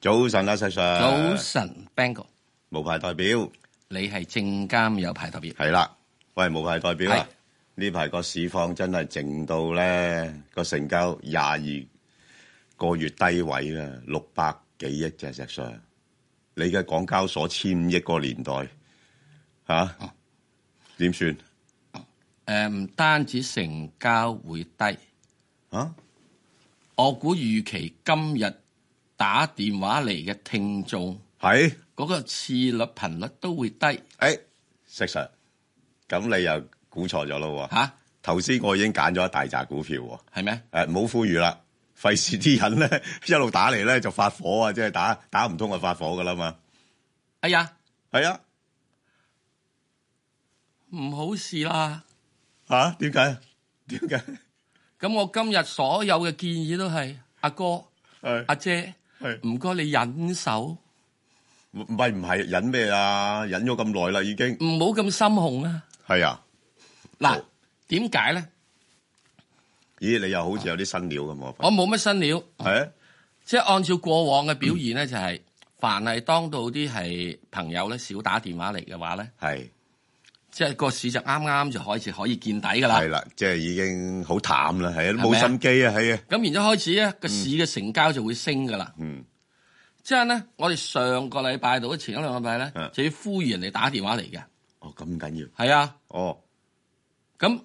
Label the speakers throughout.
Speaker 1: 早晨啊，石 Sir。
Speaker 2: 早晨，Bang 哥，
Speaker 1: 無牌代表
Speaker 2: 你係證監有牌代表，
Speaker 1: 係啦，喂，無牌代表
Speaker 2: 係
Speaker 1: 啊！呢排個市況真係靜到咧，個成交廿二個月低位啦，六百幾億啫，石 Sir。你嘅港交所千億個年代吓，
Speaker 2: 哦
Speaker 1: 點算
Speaker 2: 誒呃唔單止成交會低，
Speaker 1: 啊？
Speaker 2: 我估預期今日打電話嚟嘅聽眾
Speaker 1: 係
Speaker 2: 嗰個次率頻率都會低
Speaker 1: 誒，石 Sir，咁你又估錯咗咯喎！
Speaker 2: 吓，
Speaker 1: 頭先我已經揀咗一大扎股票喎。
Speaker 2: 係咩？
Speaker 1: 誒唔好呼籲啦，費事啲人咧 一路打嚟咧就發火啊！即係打打唔通就發火噶啦嘛。
Speaker 2: 哎呀，
Speaker 1: 係啊，
Speaker 2: 唔好事啦！
Speaker 1: 嚇點解？點解？
Speaker 2: 咁我今日所有嘅建議都係阿哥、
Speaker 1: 係
Speaker 2: 阿姐，
Speaker 1: 係
Speaker 2: 唔該你忍手，
Speaker 1: 唔唔係唔係忍咩啊？忍咗咁耐啦已經。
Speaker 2: 唔好咁心紅啊！
Speaker 1: 係啊，
Speaker 2: 嗱
Speaker 1: 好，
Speaker 2: 點解咧？
Speaker 1: 咦你又好似有啲新料咁喎。
Speaker 2: 我冇乜新料。
Speaker 1: 係啊，
Speaker 2: 即係按照過往嘅表現咧，就係、凡係當到啲係朋友咧少打電話嚟嘅話咧，
Speaker 1: 係
Speaker 2: 即係個市就啱啱就開始可以見底㗎
Speaker 1: 係
Speaker 2: 啦。
Speaker 1: 啦，即係已經好淡啦，係啊，
Speaker 2: 咪啊
Speaker 1: 冇心機啊，係啊，
Speaker 2: 咁然之後開始咧，個市嘅成交就會升㗎啦。
Speaker 1: 嗯，
Speaker 2: 即係咧，我哋上個禮拜到前一兩個禮拜咧
Speaker 1: 嗯，
Speaker 2: 就要呼籲人哋打電話嚟嘅。
Speaker 1: 哦咁緊要，
Speaker 2: 係啊，
Speaker 1: 哦
Speaker 2: 咁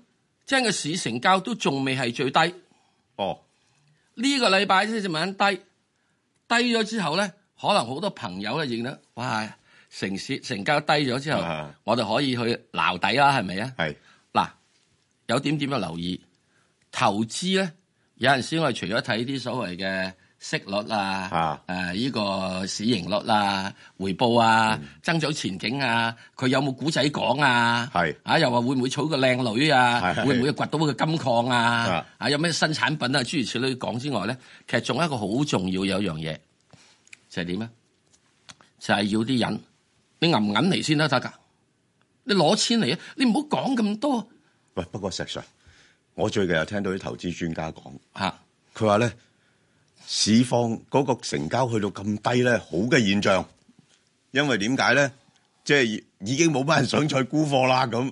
Speaker 2: 即係個市成交都仲未係最低，呢、
Speaker 1: 哦
Speaker 2: 個禮拜先至慢慢低，低咗之後咧，可能好多朋友咧認得，哇！城市成交低咗之後，
Speaker 1: 啊
Speaker 2: 我哋可以去撈底啦，係咪啊？
Speaker 1: 係
Speaker 2: 嗱，有點點要留意投資咧。有陣時我哋除咗睇啲所謂嘅息率啊
Speaker 1: 啊，
Speaker 2: 誒依個市盈率啊、回報啊、
Speaker 1: 嗯
Speaker 2: 增長前景啊，佢有冇古仔講啊？
Speaker 1: 係
Speaker 2: 啊，又話會唔會娶個靚女啊？
Speaker 1: 係
Speaker 2: 會唔會掘到個金礦啊
Speaker 1: 啊？
Speaker 2: 啊，有咩新產品啊？諸如此類講之外咧，其實仲有一個好重要有一樣嘢，就係點咧？就係要啲人你銀銀嚟先得得㗎，你攞錢嚟啊！你唔好講咁多
Speaker 1: 喂，不過石 Sir，我最近又聽到啲投資專家講。
Speaker 2: 嚇。
Speaker 1: 佢話咧市況嗰個成交去到咁低咧，好嘅現象，因為點解咧？即係已經冇乜人想再沽貨啦，咁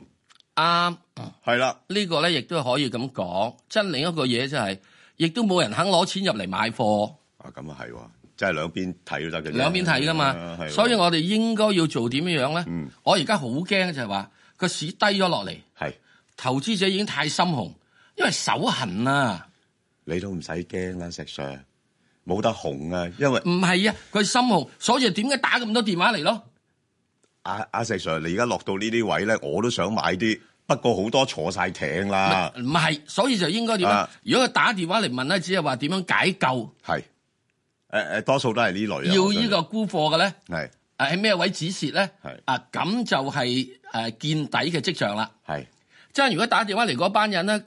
Speaker 2: 啱，
Speaker 1: 係啦，
Speaker 2: 啊呢個咧亦都可以咁講。真另一個嘢就係，亦都冇人肯攞錢入嚟買貨，
Speaker 1: 啊咁啊係喎，即係兩邊睇都得嘅啫，
Speaker 2: 兩邊睇噶
Speaker 1: 啊
Speaker 2: 嘛。
Speaker 1: 係喎
Speaker 2: 所以我哋應該要做點樣咧？
Speaker 1: 嗯
Speaker 2: 我而家好驚就係話個市低咗落嚟，
Speaker 1: 係
Speaker 2: 投資者已經太心紅，因為手痕啊，
Speaker 1: 你都唔使驚啦，石 Sir，冇得紅啊，因為
Speaker 2: 唔係啊，佢心紅，所以點解打咁多電話嚟咯？
Speaker 1: 阿阿石 Sir，你而家落到呢啲位咧，我都想買啲，不過好多坐晒艇啦，
Speaker 2: 唔係，所以就應該點啊
Speaker 1: 啊？
Speaker 2: 如果佢打電話嚟問咧，只係話點樣解救，
Speaker 1: 係誒誒，多數都係呢類啊，
Speaker 2: 要
Speaker 1: 我覺
Speaker 2: 呢
Speaker 1: 得
Speaker 2: 個沽貨嘅咧？
Speaker 1: 係
Speaker 2: 誒喺咩位止蝕咧
Speaker 1: 係？
Speaker 2: 啊，咁就係誒見底嘅跡象啦。
Speaker 1: 係
Speaker 2: 即係如果打電話嚟嗰班人咧，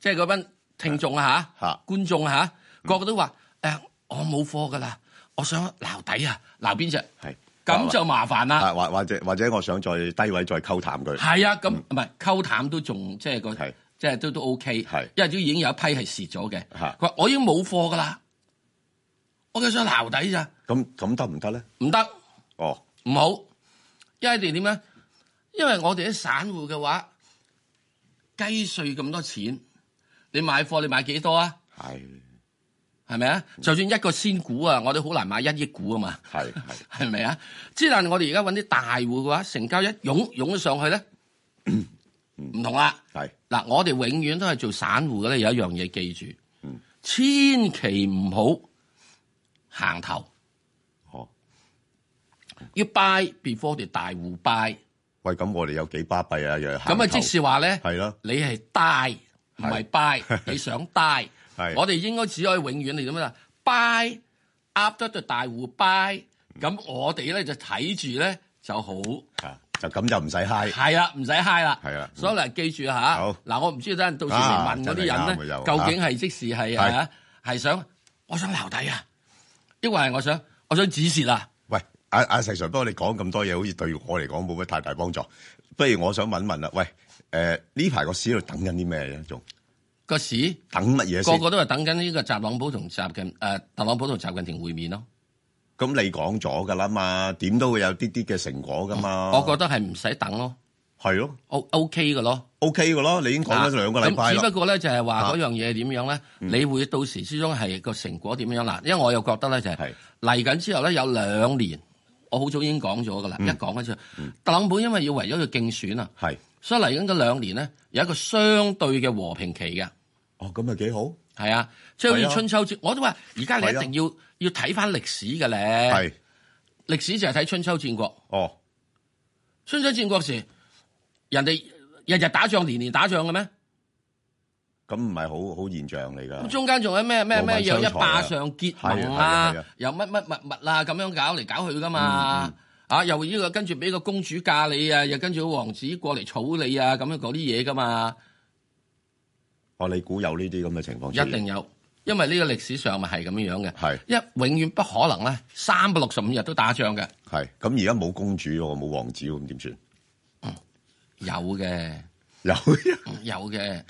Speaker 2: 即係嗰班聽眾啊嚇
Speaker 1: 嚇，
Speaker 2: 觀眾啊嚇，個個都話誒我冇貨㗎啦，我想撈底啊，撈邊只？
Speaker 1: 係
Speaker 2: 咁就麻煩啦。
Speaker 1: 啊，或或者或者我想再低位再溝淡佢，
Speaker 2: 係啊，咁唔係溝淡都仲即係個
Speaker 1: 嗯係
Speaker 2: 即係都都 OK，
Speaker 1: 係啊
Speaker 2: 因為都已經有一批係蝕咗嘅。
Speaker 1: 嚇
Speaker 2: 佢話我已經冇貨㗎啦，我嘅想撈底咋，
Speaker 1: 咁咁得唔得咧？
Speaker 2: 唔得。
Speaker 1: 哦，
Speaker 2: 唔好，因為你點咧？因為我哋啲散户嘅話，雞碎咁多錢，你買貨你買幾多啊？
Speaker 1: 係
Speaker 2: 係咪啊？
Speaker 1: 嗯
Speaker 2: 就算一個仙股啊，我哋好難買一億股啊嘛，
Speaker 1: 係係，
Speaker 2: 係咪啊？之但係我哋而家揾啲大户嘅話，成交一湧湧咗上去咧，
Speaker 1: 嗯
Speaker 2: 唔同啦。
Speaker 1: 係
Speaker 2: 嗱，我哋永遠都係做散户嘅咧，有一樣嘢記住，千祈唔好行頭，
Speaker 1: 哦。
Speaker 2: 要 buy before 啲大户 buy。
Speaker 1: 喂，咁我哋有幾巴閉啊？又
Speaker 2: 咁啊，即是話咧，
Speaker 1: 係咯
Speaker 2: 你係 die 唔係 buy，你想 die，
Speaker 1: 係
Speaker 2: 我哋應該只可以永遠嚟咁樣啦，buy after 對大戶 buy，咁我哋咧就睇住咧就好，
Speaker 1: 啊，就咁就唔使 high。
Speaker 2: 係啦，唔使 high 啦，
Speaker 1: 係啦啊
Speaker 2: 所以嗱記住啊嚇，
Speaker 1: 好
Speaker 2: 嗱我唔知等陣到時
Speaker 1: 啊
Speaker 2: 嚟問嗰啲
Speaker 1: 真
Speaker 2: 人
Speaker 1: 係啱啊
Speaker 2: 咧，
Speaker 1: 又
Speaker 2: 究竟係即時係
Speaker 1: 係
Speaker 2: 啊係想我想留底啊，抑或係我想我想止蝕啊，
Speaker 1: 喂，阿阿石 Sir，不過你講咁多嘢，好似對我嚟講冇乜太大幫助。不如我想問問啦，喂，誒呢排個市喺度等緊啲咩咧？仲
Speaker 2: 個市
Speaker 1: 等乜嘢
Speaker 2: 個
Speaker 1: 先？
Speaker 2: 呃個都係等緊呢個習朗普同習近誒特朗普同習近平會面咯。
Speaker 1: 咁你講咗㗎啦嘛，點都會有啲啲嘅成果㗎嘛。
Speaker 2: 我覺得係唔使等咯
Speaker 1: 係咯
Speaker 2: ，O O K 嘅咯。啊
Speaker 1: ，OK 㗎咯，你已經講咗兩個禮拜啊嗯
Speaker 2: 咁只
Speaker 1: 啦
Speaker 2: 不。過咧就係話嗰樣嘢點樣咧，你會到時之中係個成果點樣啦？因為我又覺得咧就係
Speaker 1: 係
Speaker 2: 嚟緊之後咧有兩年，我好早已經講咗噶
Speaker 1: 嗯
Speaker 2: 啦，一講咧就特朗普因為要為咗佢競選啊，
Speaker 1: 係，
Speaker 2: 所以嚟緊嗰兩年咧有一個相對嘅和平期嘅。
Speaker 1: 哦，咁咪幾好。
Speaker 2: 係啊，即係好
Speaker 1: 係
Speaker 2: 似
Speaker 1: 啊
Speaker 2: 春秋戰，我都話而家你
Speaker 1: 係
Speaker 2: 一
Speaker 1: 啊
Speaker 2: 定要要睇翻歷史嘅咧。
Speaker 1: 係，
Speaker 2: 歷史就係睇春秋戰國。
Speaker 1: 哦，
Speaker 2: 春秋戰國時，人哋日日打仗，年年打仗嘅咩？
Speaker 1: 咁唔係好好現象嚟
Speaker 2: 咁
Speaker 1: 㗎。
Speaker 2: 中間仲有咩咩咩
Speaker 1: 勞民
Speaker 2: 又
Speaker 1: 傷
Speaker 2: 一
Speaker 1: 財啊
Speaker 2: 霸上結盟
Speaker 1: 係啊係
Speaker 2: 啊
Speaker 1: 啊係嗯啊，
Speaker 2: 又乜乜物物啊咁樣搞嚟搞去噶嘛？啊，又呢個跟住俾個公主嫁你啊，又跟住個王子過嚟娶你啊，咁樣嗰啲嘢噶嘛，
Speaker 1: 哦，你估有呢啲咁嘅情況
Speaker 2: 一
Speaker 1: 出現
Speaker 2: 定有，因為呢個歷史上咪係咁樣樣嘅，
Speaker 1: 係
Speaker 2: 一永遠不可能咧，三百六十五日都打仗嘅。
Speaker 1: 係。咁而家冇公主喎，冇王子喎，咁點算？
Speaker 2: 有嘅，
Speaker 1: 有
Speaker 2: 有嘅。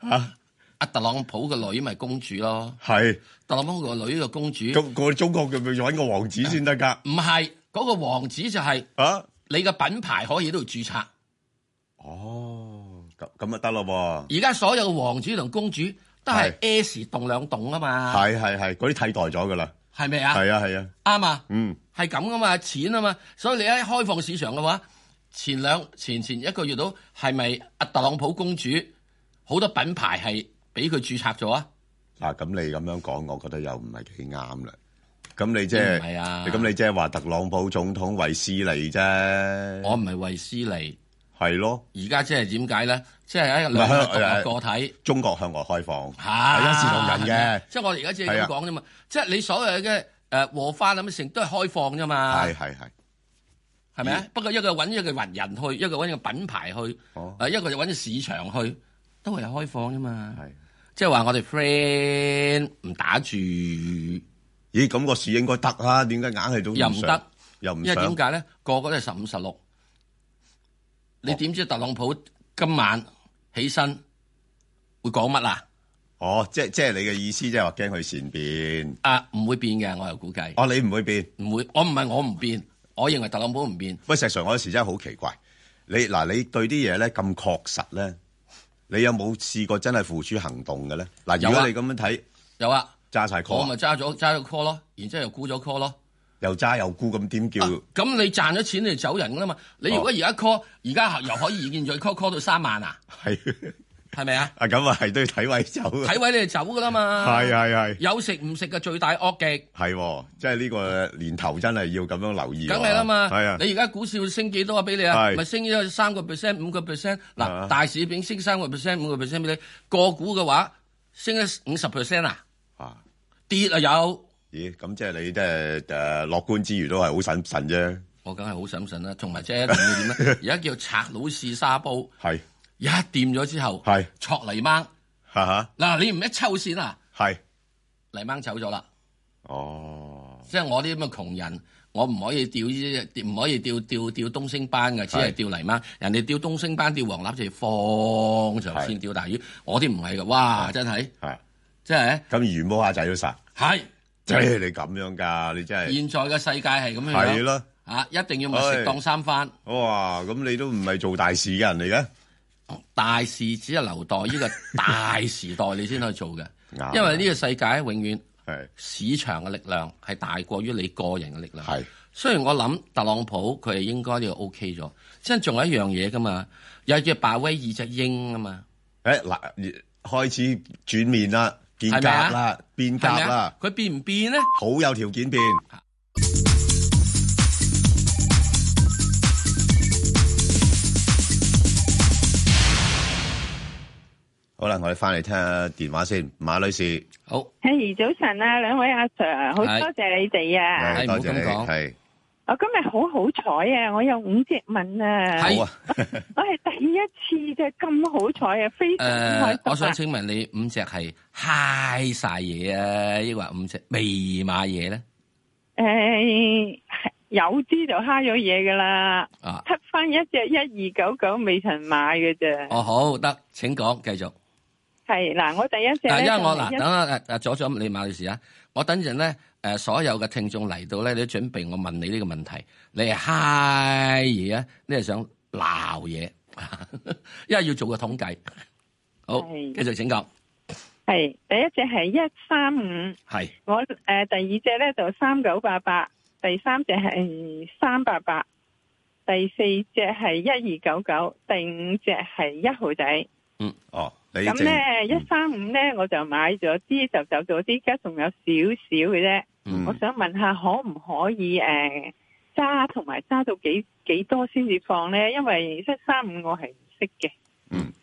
Speaker 1: 啊，
Speaker 2: 阿特朗普嘅女咪公主咯，
Speaker 1: 係。
Speaker 2: 特朗普個女嘅公主，
Speaker 1: 咁我哋中國嘅咪要揾個王子先得㗎。
Speaker 2: 唔係嗰個王子就係
Speaker 1: 啊，
Speaker 2: 你嘅品牌可以喺度註冊。
Speaker 1: 哦，咁咁咪得咯喎。
Speaker 2: 而家所有嘅王子同公主都係 S 棟兩棟啊嘛，
Speaker 1: 係係係，嗰啲替代咗㗎啦。
Speaker 2: 係咪啊？
Speaker 1: 係啊係啊，
Speaker 2: 啱啊，
Speaker 1: 嗯，
Speaker 2: 係咁噶嘛，錢啊嘛，所以你喺開放市場嘅話，前兩前前一個月到係咪阿特朗普公主好多品牌係俾佢註冊咗啊？
Speaker 1: 嗱，咁你咁樣講，我覺得又唔係幾啱啦。咁你即
Speaker 2: 唔
Speaker 1: 係
Speaker 2: 係啊
Speaker 1: 咁你即係話特朗普總統為私利啫，
Speaker 2: 我唔係為私利，
Speaker 1: 係咯，
Speaker 2: 而家即係點解咧？即係喺兩個獨立個體。
Speaker 1: 中國向外開放
Speaker 2: 嚇
Speaker 1: 係一視同仁嘅，啊
Speaker 2: 即係我哋而家只係咁講啫嘛。即係你所有嘅誒和花咁成都係開放啫嘛，
Speaker 1: 係係係，
Speaker 2: 係咪啊？不過一個揾一個雲人去，一個揾個品牌去，
Speaker 1: 嗯哦
Speaker 2: 誒一個就揾市場去，都係開放啫嘛。
Speaker 1: 係。
Speaker 2: 即係話我哋 friend 唔打住，因
Speaker 1: 咦，咁個市應該得啊？點解硬係都
Speaker 2: 又唔
Speaker 1: 想
Speaker 2: 得？
Speaker 1: 又唔
Speaker 2: 為點
Speaker 1: 想？
Speaker 2: 解咧？個個都係十五十六，
Speaker 1: 哦
Speaker 2: 你點知特朗普今晚起身會講乜啊？
Speaker 1: 哦，即係即係你嘅意思，即係話驚佢善變。
Speaker 2: 啊，唔會變嘅，我又估計。
Speaker 1: 哦，你唔會變。
Speaker 2: 唔會，我唔係我唔變，我認為特朗普唔變。
Speaker 1: 喂，石 Sir，我有時真係好奇怪，你嗱你對啲嘢咧咁確實咧，你有冇試過真係付諸行動嘅咧？嗱，如
Speaker 2: 有
Speaker 1: 果
Speaker 2: 啊
Speaker 1: 你咁樣睇，
Speaker 2: 有啊，
Speaker 1: 揸晒 call
Speaker 2: 我
Speaker 1: 啊
Speaker 2: 咪揸咗揸咗 call 咯，然之後又沽咗 call 咯。
Speaker 1: 又揸又沽，咁點叫
Speaker 2: 啊咁、你賺咗錢你就走人噶啦嘛。你
Speaker 1: 哦
Speaker 2: 如果而家 call，而家又可以現在 call call 到三萬啊，
Speaker 1: 係
Speaker 2: 係咪 啊？
Speaker 1: 啊？咁啊，係都要睇位走啊！
Speaker 2: 睇位啊你就走噶啦嘛。
Speaker 1: 係係係
Speaker 2: 有食唔食嘅最大惡極，
Speaker 1: 係啊喎，即係呢個年頭真係要咁樣留意喎。
Speaker 2: 梗係啦嘛。
Speaker 1: 係啊，
Speaker 2: 你而家股市會升幾多啊？俾你啊，
Speaker 1: 係
Speaker 2: 咪升咗三個 percent、五個 percent。嗱，
Speaker 1: 啊
Speaker 2: 大市已經升三個 percent、五個 percent 俾你，個股嘅話升咗五十 percent 啊，
Speaker 1: 啊，
Speaker 2: 跌啊有。
Speaker 1: 咦？咁即係你即係誒樂觀之餘都係好審慎啫。
Speaker 2: 我梗係好審慎啦，同埋 即係一定要點咧？而家叫拆佬試沙煲，
Speaker 1: 係
Speaker 2: 一掂咗之後，
Speaker 1: 係
Speaker 2: 戳泥掹。
Speaker 1: 哈哈，
Speaker 2: 嗱，你唔一抽線啊，
Speaker 1: 係
Speaker 2: 泥掹走咗啦。
Speaker 1: 哦，
Speaker 2: 即係我啲咁嘅窮人，我唔可以釣呢啲，唔可以釣釣釣東星斑嘅，只
Speaker 1: 係
Speaker 2: 係釣泥掹。人哋釣東星斑、釣黃鱲就放長線釣大魚，我啲唔係嘅。哇，真係，
Speaker 1: 係
Speaker 2: 真係，
Speaker 1: 咁魚毛蝦仔都殺，
Speaker 2: 係
Speaker 1: 即係你咁樣㗎，你真係
Speaker 2: 現在嘅世界係咁樣
Speaker 1: 係
Speaker 2: 樣。
Speaker 1: 咯。
Speaker 2: 啊，一定要物食當三番，
Speaker 1: 哇！咁你都唔係做大事嘅人嚟嘅，
Speaker 2: 大事只係留待 呢個大時代你先可以做嘅
Speaker 1: 啱，啊
Speaker 2: 因為呢個世界永遠
Speaker 1: 係
Speaker 2: 市場嘅力量係大過於你個人嘅力量。
Speaker 1: 係
Speaker 2: 雖然我諗特朗普佢係應該呢個 O K 咗，即係仲有一樣嘢噶嘛，有隻鮑威爾隻鷹啊嘛，
Speaker 1: 誒嗱，開始轉面啦，變
Speaker 2: 係咪啊
Speaker 1: 鴿啦，變
Speaker 2: 係咪
Speaker 1: 鴿
Speaker 2: 啊
Speaker 1: 啦，？
Speaker 2: 佢變唔變咧？
Speaker 1: 好有條件變。好啦，我哋翻嚟聽下電話先，馬女士，
Speaker 2: 好，
Speaker 3: 嘿，早晨啊，兩位阿 Sir，好多
Speaker 2: 係
Speaker 3: 謝你哋啊！
Speaker 2: 係
Speaker 1: 多
Speaker 2: 唔好咁
Speaker 1: 謝你，
Speaker 2: 講
Speaker 1: 係
Speaker 3: 我今日好好彩啊，我有五隻蚊啊
Speaker 2: 係！
Speaker 1: 好啊，
Speaker 3: 我係第一次啫，咁好彩啊，非
Speaker 2: 誒、
Speaker 3: 常開心啊！
Speaker 2: 我想請問你五隻係嗨晒嘢啊，抑或五隻未買嘢咧？
Speaker 3: 誒有啲就蝦咗嘢噶啦，
Speaker 2: 啊，
Speaker 3: 得翻一隻一二九九未曾買嘅啫。
Speaker 2: 哦好得，請講繼續。
Speaker 3: 係嗱，我第一隻
Speaker 2: 嗱，
Speaker 3: 咧
Speaker 2: 因為
Speaker 3: 就
Speaker 2: 我
Speaker 3: 係
Speaker 2: 嗱
Speaker 3: 一
Speaker 2: 啊等下誒誒，阻咗你馬女士啊，我等陣咧誒所有嘅聽眾嚟到咧，你都準備我問你呢個問題，你係嗨嘢啊？你係想鬧嘢？ 因為要做個統計。好，
Speaker 3: 係
Speaker 2: 繼續請教。
Speaker 3: 系第一只系一三五，
Speaker 2: 係
Speaker 3: 我诶、呃第二只咧就三九八八，第三只系三八八，第四只系一二九九，第五只系一號仔。
Speaker 1: 哦，你
Speaker 3: 咁
Speaker 1: 正
Speaker 3: 咧一三五咧我就買咗啲就走咗啲，而家仲有少少嘅啫。
Speaker 1: 嗯
Speaker 3: 我想問下可唔可以诶揸同埋揸到幾几多先至放咧？因為一三五我係唔識嘅。
Speaker 1: 嗯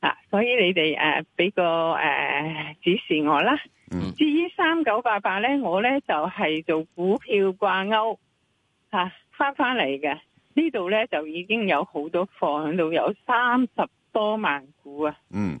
Speaker 3: 啊，所以你哋诶俾個诶指示我啦。
Speaker 1: 嗯
Speaker 3: 至於三九八八咧，我咧就係做股票掛鈎吓翻翻嚟嘅。呢度咧就已經有好多貨喺度，有三十多萬股啊！
Speaker 1: 嗯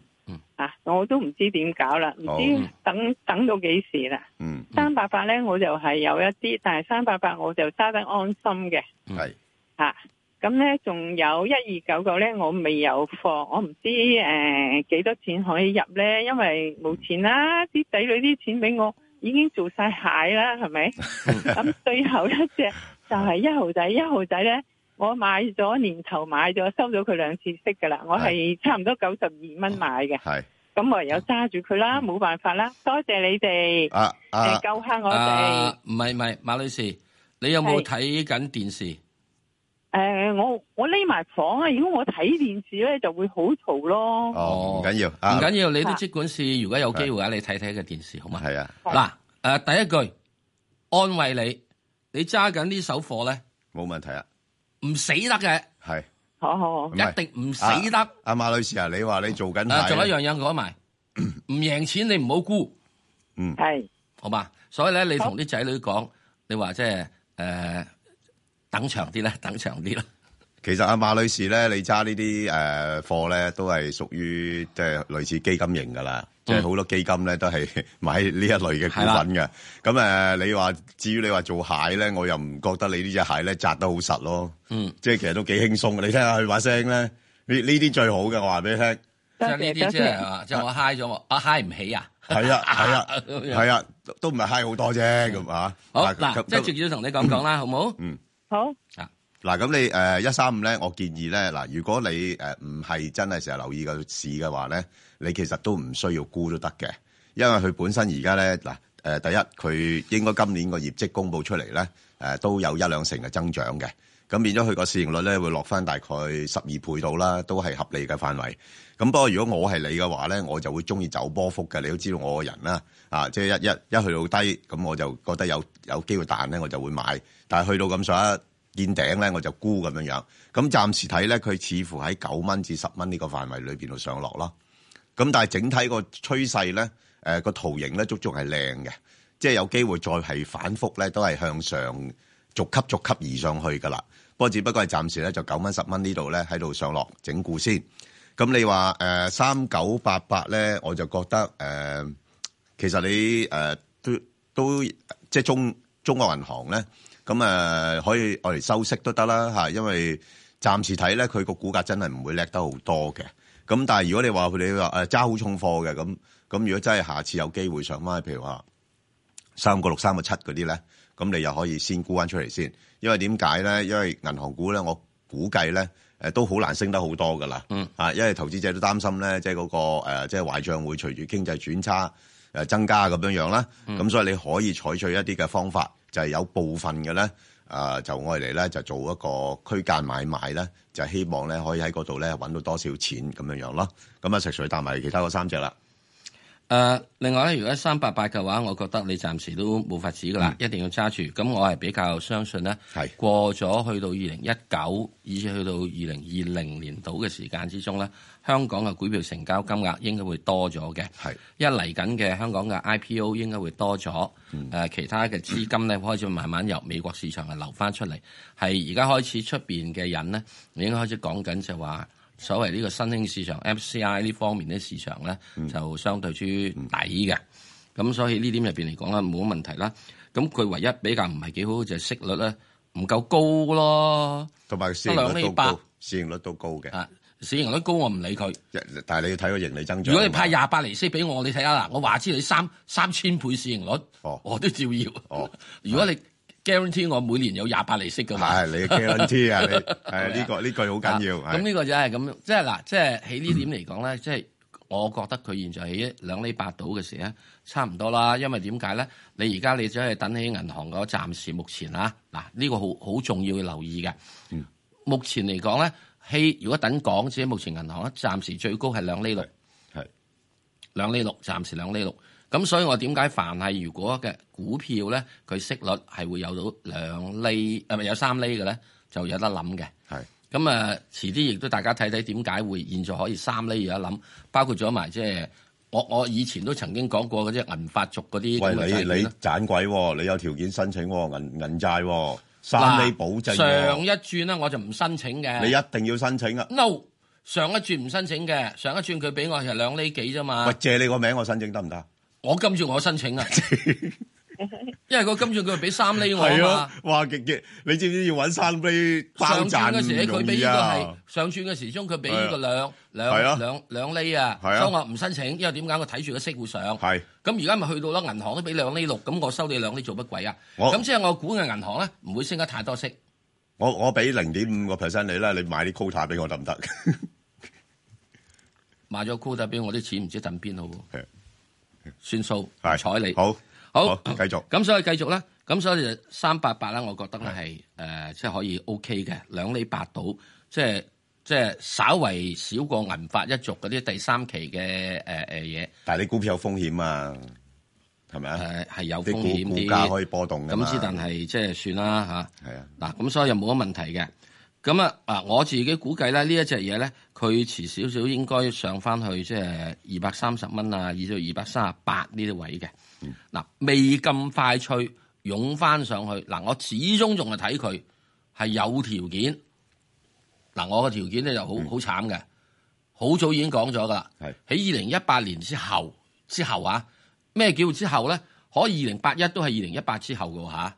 Speaker 3: 啊，我都唔知點搞啦，唔
Speaker 1: 好
Speaker 3: 知等等到幾時啦。
Speaker 1: 嗯
Speaker 2: 嗯
Speaker 3: 三八八咧，我就係有一啲，但係三八八我就揸得安心嘅。
Speaker 2: 嗯
Speaker 1: 係
Speaker 3: 啊，咁咧仲有一二九九咧，我未有貨，我唔知诶几、多錢可以入咧，因為冇錢啦，啲仔女啲錢俾我已經做晒蟹啦，係咪？咁最後一隻就係一號仔，一號仔咧。我買咗年頭買咗，收咗佢兩次息㗎啦。我係差唔多九十二蚊買嘅，
Speaker 1: 係
Speaker 3: 咁我唯有揸住佢啦，冇辦法啦。多謝你哋，誒、
Speaker 1: 啊啊
Speaker 3: 救下我哋。
Speaker 2: 啊，唔係唔係，馬女士，你有冇睇緊電視？
Speaker 3: 诶、我我匿埋房啊！如果我睇電視咧，就會好嘈咯。
Speaker 1: 哦，唔緊要
Speaker 2: 唔
Speaker 1: 啊，
Speaker 2: 緊要，你都即管試。如果有機會啊嘅話，你睇睇個電視好嘛？
Speaker 1: 係啊，
Speaker 2: 嗱，誒第一句安慰你，你揸緊呢手貨咧，
Speaker 1: 冇問題啊，
Speaker 2: 唔死得嘅，
Speaker 1: 係
Speaker 3: 好好
Speaker 1: 唔係啊
Speaker 2: 一定唔死得。
Speaker 1: 阿馬女士啊，你話你做緊
Speaker 2: 啊，
Speaker 1: 蟹
Speaker 2: 仲有一樣嘢 講埋，唔贏錢你唔好沽，
Speaker 1: 嗯
Speaker 3: 係
Speaker 2: 好嘛？所以咧，你同啲仔女講，你話即係誒等長啲啦， 等長啲啦。
Speaker 1: 其實阿馬女士咧，你揸呢啲誒貨咧，都係屬於即係類似基金型噶啦，即係好多基金咧都係 買呢一類嘅股份嘅。咁誒、呃你話至於你話做蟹咧，我又唔覺得你呢只蟹咧扎得好實咯。
Speaker 2: 嗯，
Speaker 1: 即係其實都幾輕鬆嘅。你聽下佢把聲咧，呢呢啲最好嘅，我話俾你聽。
Speaker 2: 即
Speaker 3: 多
Speaker 2: 係呢
Speaker 3: 謝
Speaker 2: 啲
Speaker 3: 多
Speaker 2: 即係
Speaker 3: 謝，
Speaker 2: 話，即係我嗨咗我，啊嗨唔起啊！
Speaker 1: 係啊，係啊，
Speaker 2: 咁樣
Speaker 1: 係啊，都都唔係嗨好多啫咁啊。
Speaker 2: 好
Speaker 1: 咁
Speaker 2: 嗱，即係直接同你講講 啦，好冇？
Speaker 3: 好
Speaker 1: 嗱，咁你誒一三五咧，我建議咧，嗱，如果你誒唔係真係成日留意個市嘅話咧，你其實都唔需要沽都得嘅，因為佢本身而家咧嗱呃誒，第一佢應該今年個業績公佈出嚟咧，誒都有一兩成嘅增長嘅，咁變咗佢個市盈率咧會落翻大概十二倍到啦，都係合理嘅範圍。咁不過如果我係你嘅話咧，我就會中意走波幅嘅，你都知道我個人啦，啊，即係一一一去到低，咁我就覺得有有機會彈咧，我就會買，但係去到咁上下。見頂咧，我就沽咁樣樣。咁暫時睇咧，佢似乎喺九蚊至十蚊呢個範圍裏邊度上落咯。咁但係整體個趨勢咧，誒、個圖形咧，足足係靚嘅，即係有機會再係反覆咧，都係向上逐級逐級移上去噶啦。不過只不過係暫時咧，就九蚊十蚊呢度咧喺度上落整固先。咁你話誒三九八八咧，我就覺得誒、呃其實你誒、呃都都即係中中國銀行咧。咁誒、呃可以我嚟收息都得啦嚇，因為暫時睇咧佢個股價真係唔會叻得好多嘅。咁但係如果你話佢哋話誒揸好重貨嘅咁，咁如果真係下次有機會上翻，譬如話三個六、三個七嗰啲咧，咁你又可以先沽翻出嚟先。因為點解咧？因為銀行股咧，我估計咧誒都好難升得好多噶啦。
Speaker 2: 嗯
Speaker 1: 啊，因為投資者都擔心咧，即係嗰個誒即係壞帳會隨住經濟轉差。誒呃增加咁樣樣啦。
Speaker 2: 嗯
Speaker 1: 咁、所以你可以採取一啲嘅方法，就係、有部分嘅咧，誒、就愛嚟咧就做一個區間買賣咧，就希望咧可以喺嗰度咧揾到多少錢咁樣樣咯。咁啊，食水搭埋其他嗰三隻啦，
Speaker 2: 誒、呃另外咧，如果三八八嘅話，我覺得你暫時都冇法子噶
Speaker 1: 嗯
Speaker 2: 啦，一定要揸住。咁我係比較相信咧，
Speaker 1: 係
Speaker 2: 過咗去到二零一九，以至去到二零二零年度嘅時間之中咧，香港嘅股票成交金額應該會多咗嘅。
Speaker 1: 係
Speaker 2: 一嚟緊嘅香港嘅 IPO 應該會多咗，誒、其他嘅資金咧開始慢慢由美國市場係流翻出嚟，係而家開始出邊嘅人咧已經開始講緊就話所謂呢個新興市場 MCI 呢方面嘅市場咧、就相對之抵嘅，咁、所以呢點入邊嚟講咧冇乜問題啦。咁佢唯一比較唔係幾好就係息率咧唔夠高咯。
Speaker 1: 同埋市
Speaker 2: 得
Speaker 1: 盈
Speaker 2: 兩
Speaker 1: 率
Speaker 2: 厘
Speaker 1: 都
Speaker 2: 八
Speaker 1: 高，市盈率都高嘅。
Speaker 2: 啊，市盈率高我唔理佢。
Speaker 1: 一但係你要睇個盈利增長。啊
Speaker 2: 如果你派廿八厘息俾我，你睇下嗱，我話知你三三千倍市盈率，
Speaker 1: 哦
Speaker 2: 我都照要。
Speaker 1: 哦
Speaker 2: 如果你 guarantee 我每年有廿八厘息嘅話，
Speaker 1: 係你嘅 guarantee 啊， 你係呢個呢句好緊要。
Speaker 2: 啊咁
Speaker 1: 係
Speaker 2: 呢個就係咁，即係嗱，即係喺呢點嚟講咧，即係我覺得佢現在喺兩厘八度嘅時咧，差唔多啦。因為點解咧？你而家你只係等喺銀行嗰暫時目前啊，嗱呢個好好重要要留意嘅。
Speaker 1: 嗯
Speaker 2: 目前嚟講咧，喺如果等港紙，目前銀行咧暫時最高係兩厘六。
Speaker 1: 係
Speaker 2: 兩厘六，暫時兩厘六。咁所以我點解凡係如果嘅股票咧，佢息率係會有到兩厘，呃係咪有三厘嘅咧，就有得諗嘅。
Speaker 1: 係
Speaker 2: 咁啊，呃遲啲亦都大家睇睇點解會現在可以三厘有得諗，包括咗埋即係我我以前都曾經講過嗰啲銀發族嗰啲咁
Speaker 1: 喂，你
Speaker 2: 嘅債券啦
Speaker 1: 你賺鬼喎，你有條件申請喎，銀銀債喎，
Speaker 2: 嗱
Speaker 1: 三厘保證
Speaker 2: 上
Speaker 1: 喎，
Speaker 2: 一轉咧我就唔申請嘅。
Speaker 1: 你一定要申請啊！
Speaker 2: no 上一轉唔申請嘅，上一轉佢俾我係兩厘幾啫嘛
Speaker 1: 喂，。借你個名我申請得唔得？
Speaker 2: 我跟住我申請啊，因為佢跟住佢俾三厘我啊
Speaker 1: 係
Speaker 2: 嘛
Speaker 1: 啊。，哇！極極，你知唔知要揾三厘啊包
Speaker 2: 上轉
Speaker 1: 賺
Speaker 2: 嘅時咧，
Speaker 1: 唔
Speaker 2: 佢
Speaker 1: 容
Speaker 2: 俾
Speaker 1: 易
Speaker 2: 呢個
Speaker 1: 啊
Speaker 2: 係？上轉嘅時鐘，佢俾呢個兩
Speaker 1: 係啊
Speaker 2: 兩兩兩厘啊，
Speaker 1: 係
Speaker 2: 所
Speaker 1: 啊
Speaker 2: 以我唔申請，因為點解我睇住個息會上。
Speaker 1: 係
Speaker 2: 咁而家咪去到啦，銀行都俾兩厘六，咁我收你兩厘做乜鬼啊？
Speaker 1: 我
Speaker 2: 咁即係我估嘅銀行咧，唔會升得太多息。
Speaker 1: 我我俾零點五個 percent 你啦，你買啲 quota 俾我得唔得？
Speaker 2: 買咗 quota 俾我啲錢，唔知揼邊好
Speaker 1: 係
Speaker 2: 喎。算數，唔
Speaker 1: 係
Speaker 2: 睬你。
Speaker 1: 好，
Speaker 2: 好，
Speaker 1: 繼續
Speaker 2: 咁所以繼續啦，咁所以就三八八啦，我覺得咧係誒，即係可以 O K 嘅，兩厘八到，即係即係稍為少過銀發一族嗰啲第三期嘅誒誒嘢，呃
Speaker 1: 但係你股票有風險啊，係咪啊？
Speaker 2: 誒係有
Speaker 1: 啲
Speaker 2: 風
Speaker 1: 股
Speaker 2: 險
Speaker 1: 股
Speaker 2: 啲，
Speaker 1: 價可以波動㗎嘛
Speaker 2: 咁之但係即係算啦嚇。
Speaker 1: 係啊，
Speaker 2: 嗱，咁所以又冇乜問題嘅。咁啊，啊我自己估計咧，呢一隻嘢咧，佢遲少少應該上翻去即係二百三十蚊啊，以至二百三十八呢啲位嘅。嗱、未咁快脆湧翻上去。嗱，我始終仲係睇佢係有條件。嗱，我個條件咧就好好慘嘅，好早已經講咗噶啦。
Speaker 1: 係
Speaker 2: 喺二零一八年之後，之後啊，咩叫之後咧？可二零八一都係二零一八之後嘅喎嚇。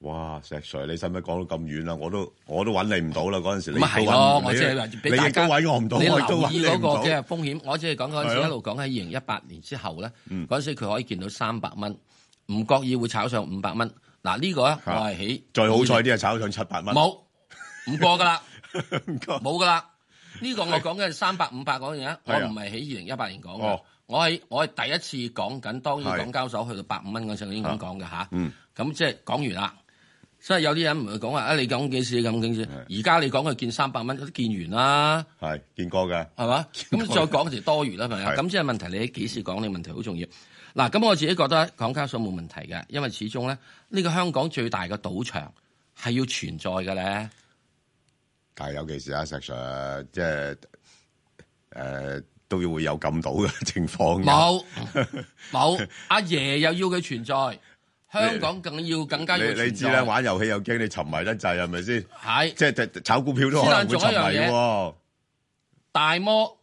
Speaker 1: 哇！石 Sir，你使唔使講到咁遠啦？我都我都揾你唔到啦，嗰陣時你
Speaker 2: 咁啊係
Speaker 1: 都揾
Speaker 2: 咯
Speaker 1: 唔，
Speaker 2: 我
Speaker 1: 你
Speaker 2: 即係話俾
Speaker 1: 你
Speaker 2: 大
Speaker 1: 亦都
Speaker 2: 家
Speaker 1: 揾我唔到，
Speaker 2: 你
Speaker 1: 我亦都
Speaker 2: 留
Speaker 1: 揾
Speaker 2: 意
Speaker 1: 你
Speaker 2: 嗰
Speaker 1: 唔
Speaker 2: 個嘅
Speaker 1: 到。
Speaker 2: 風險。我只係講嗰陣時
Speaker 1: 係啊
Speaker 2: 一路講喺二零一八年之後咧，
Speaker 1: 嗯
Speaker 2: 嗰陣時佢可以見到三百蚊，唔覺意會炒上五百蚊。嗱呢個咧，啊我
Speaker 1: 嚇
Speaker 2: 係起
Speaker 1: 最好彩啲係炒上七百蚊，
Speaker 2: 冇唔過噶啦，
Speaker 1: 唔該
Speaker 2: 冇噶啦。呢個我講嘅係三百五百嗰樣嘢，我
Speaker 1: 係啊
Speaker 2: 唔係喺二零一八年講嘅
Speaker 1: 哦。
Speaker 2: 我喺我係第一次講緊，當然
Speaker 1: 係
Speaker 2: 港交所去到百五蚊嗰陣時，我已經咁講嘅嚇。
Speaker 1: 嗯，
Speaker 2: 咁即係講完啦。所以有啲人唔會講話啊，你講幾時？你講幾時？而家你講佢見三百蚊，都見完啦。
Speaker 1: 係見過㗎，
Speaker 2: 係嘛？咁再講就多餘啦，朋友。
Speaker 1: 係
Speaker 2: 咁即係問題，你幾時講呢個問題好重要。嗱，咁我自己覺得港交所冇問題嘅，因為始終咧呢個香港最大嘅賭場係要存在嘅咧。
Speaker 1: 但係尤其是啊石 Sir，即係誒都要會有禁到嘅情況㗎。
Speaker 2: 冇 冇，阿爺又要佢存在，香港更要更加要
Speaker 1: 你你
Speaker 2: 存
Speaker 1: 知啦，
Speaker 2: 在。
Speaker 1: 玩遊戲又驚你沉迷得滯，係咪先？
Speaker 2: 係
Speaker 1: 即係炒股票都可能會沉
Speaker 2: 是但仲有一
Speaker 1: 迷
Speaker 2: 樣
Speaker 1: 喎。
Speaker 2: 大摩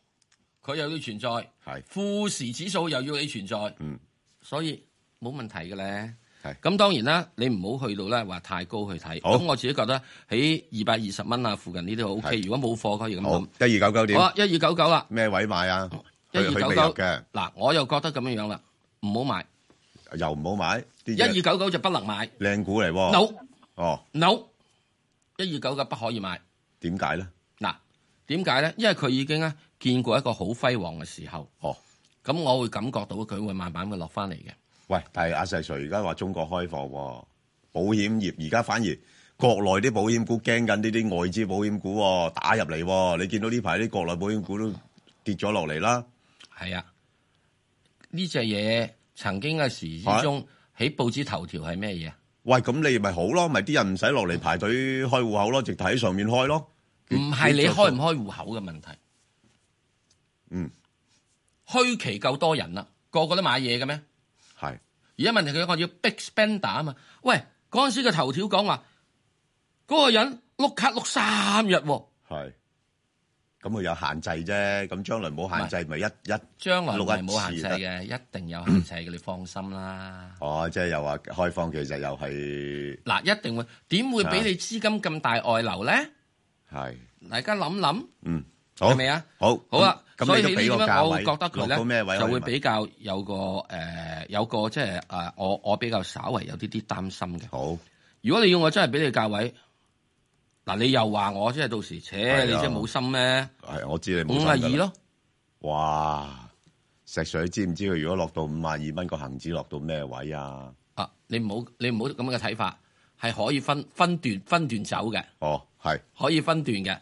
Speaker 2: 佢又要存在，
Speaker 1: 係
Speaker 2: 富時指數又要你存在，
Speaker 1: 嗯，
Speaker 2: 所以冇問題嘅咧。
Speaker 1: 係
Speaker 2: 咁當然啦，你唔好去到咧話太高去睇。
Speaker 1: 好
Speaker 2: 咁我自己覺得喺二百二十蚊啊附近呢啲 O K。
Speaker 1: 係
Speaker 2: 如果冇貨可以咁
Speaker 1: 好
Speaker 2: 諗。
Speaker 1: 一二九九
Speaker 2: 好
Speaker 1: 點
Speaker 2: 啊，一二九九啦，
Speaker 1: 咩位買啊？
Speaker 2: 一
Speaker 1: 佢
Speaker 2: 二
Speaker 1: 佢
Speaker 2: 九
Speaker 1: 未入
Speaker 2: 九
Speaker 1: 嘅，
Speaker 2: 嗱，我又覺得咁樣樣啦，唔好買
Speaker 1: 又唔好買啲
Speaker 2: 一二
Speaker 1: 嘢
Speaker 2: 九九就不能買。
Speaker 1: 靚股嚟喎。
Speaker 2: no
Speaker 1: 哦，
Speaker 2: no，一二九九不可以買。
Speaker 1: 點解咧？
Speaker 2: 嗱，點解咧？因為佢已經咧見過一個好輝煌嘅時候，
Speaker 1: 哦，
Speaker 2: 咁我會感覺到佢會慢慢會落翻嚟嘅。
Speaker 1: 喂，但係阿石 Sir 而家話中國開放喎，保險業而家反而國內啲保險股驚緊呢啲外資保險股喎打入嚟喎，你見到呢排啲國內保險股都跌咗落嚟啦。
Speaker 2: 係啊，呢隻嘢曾經嘅時之中喺報紙頭條係咩嘢啊？
Speaker 1: 喂，咁你咪好咯，咪啲人唔使落嚟排隊開户口咯，直頭喺上面開咯。
Speaker 2: 唔係你開唔開户口嘅問題。
Speaker 1: 嗯，
Speaker 2: 虛期夠多人啦，個個都買嘢嘅咩？
Speaker 1: 係
Speaker 2: 而家問題佢我要 big spender 啊嘛。喂，嗰陣時嘅頭條講話，嗰、個人碌卡碌三日喎、
Speaker 1: 係，咁佢有限制啫，咁將來冇限制咪一一
Speaker 2: 將來唔係冇
Speaker 1: 碌
Speaker 2: 限
Speaker 1: 一
Speaker 2: 制
Speaker 1: 次
Speaker 2: 嘅，一定 有限制嘅，你放心啦。
Speaker 1: 哦，即係又話開放，其實又係
Speaker 2: 嗱，一定會點會俾你資金咁大外流咧？
Speaker 1: 係
Speaker 2: 大家諗諗，
Speaker 1: 嗯好
Speaker 2: 係咪啊？
Speaker 1: 好，
Speaker 2: 好啊，
Speaker 1: 咁
Speaker 2: 所以
Speaker 1: 你
Speaker 2: 喺
Speaker 1: 都俾個
Speaker 2: 呢啲咧，
Speaker 1: 價
Speaker 2: 我
Speaker 1: 位
Speaker 2: 會覺得佢
Speaker 1: 落到咩位
Speaker 2: 咧就
Speaker 1: 可以
Speaker 2: 會
Speaker 1: 買
Speaker 2: 比較有個誒、呃有個即係誒我我比較稍為有啲啲擔心嘅。
Speaker 1: 好，
Speaker 2: 如果你要我真係俾你價位，嗱你又話我即係到時，
Speaker 1: 係
Speaker 2: 且
Speaker 1: 啊
Speaker 2: 你真係冇心咩？
Speaker 1: 係我知你冇
Speaker 2: 五
Speaker 1: 心
Speaker 2: 啊
Speaker 1: 㗎啦
Speaker 2: 二。咯，
Speaker 1: 哇！石 Sir，你知唔知佢如果落到五萬二蚊個恒指落到咩位啊？
Speaker 2: 啊你唔好你唔好咁嘅睇法，係可以分分段分段走嘅。
Speaker 1: 哦，係
Speaker 2: 可以分段嘅。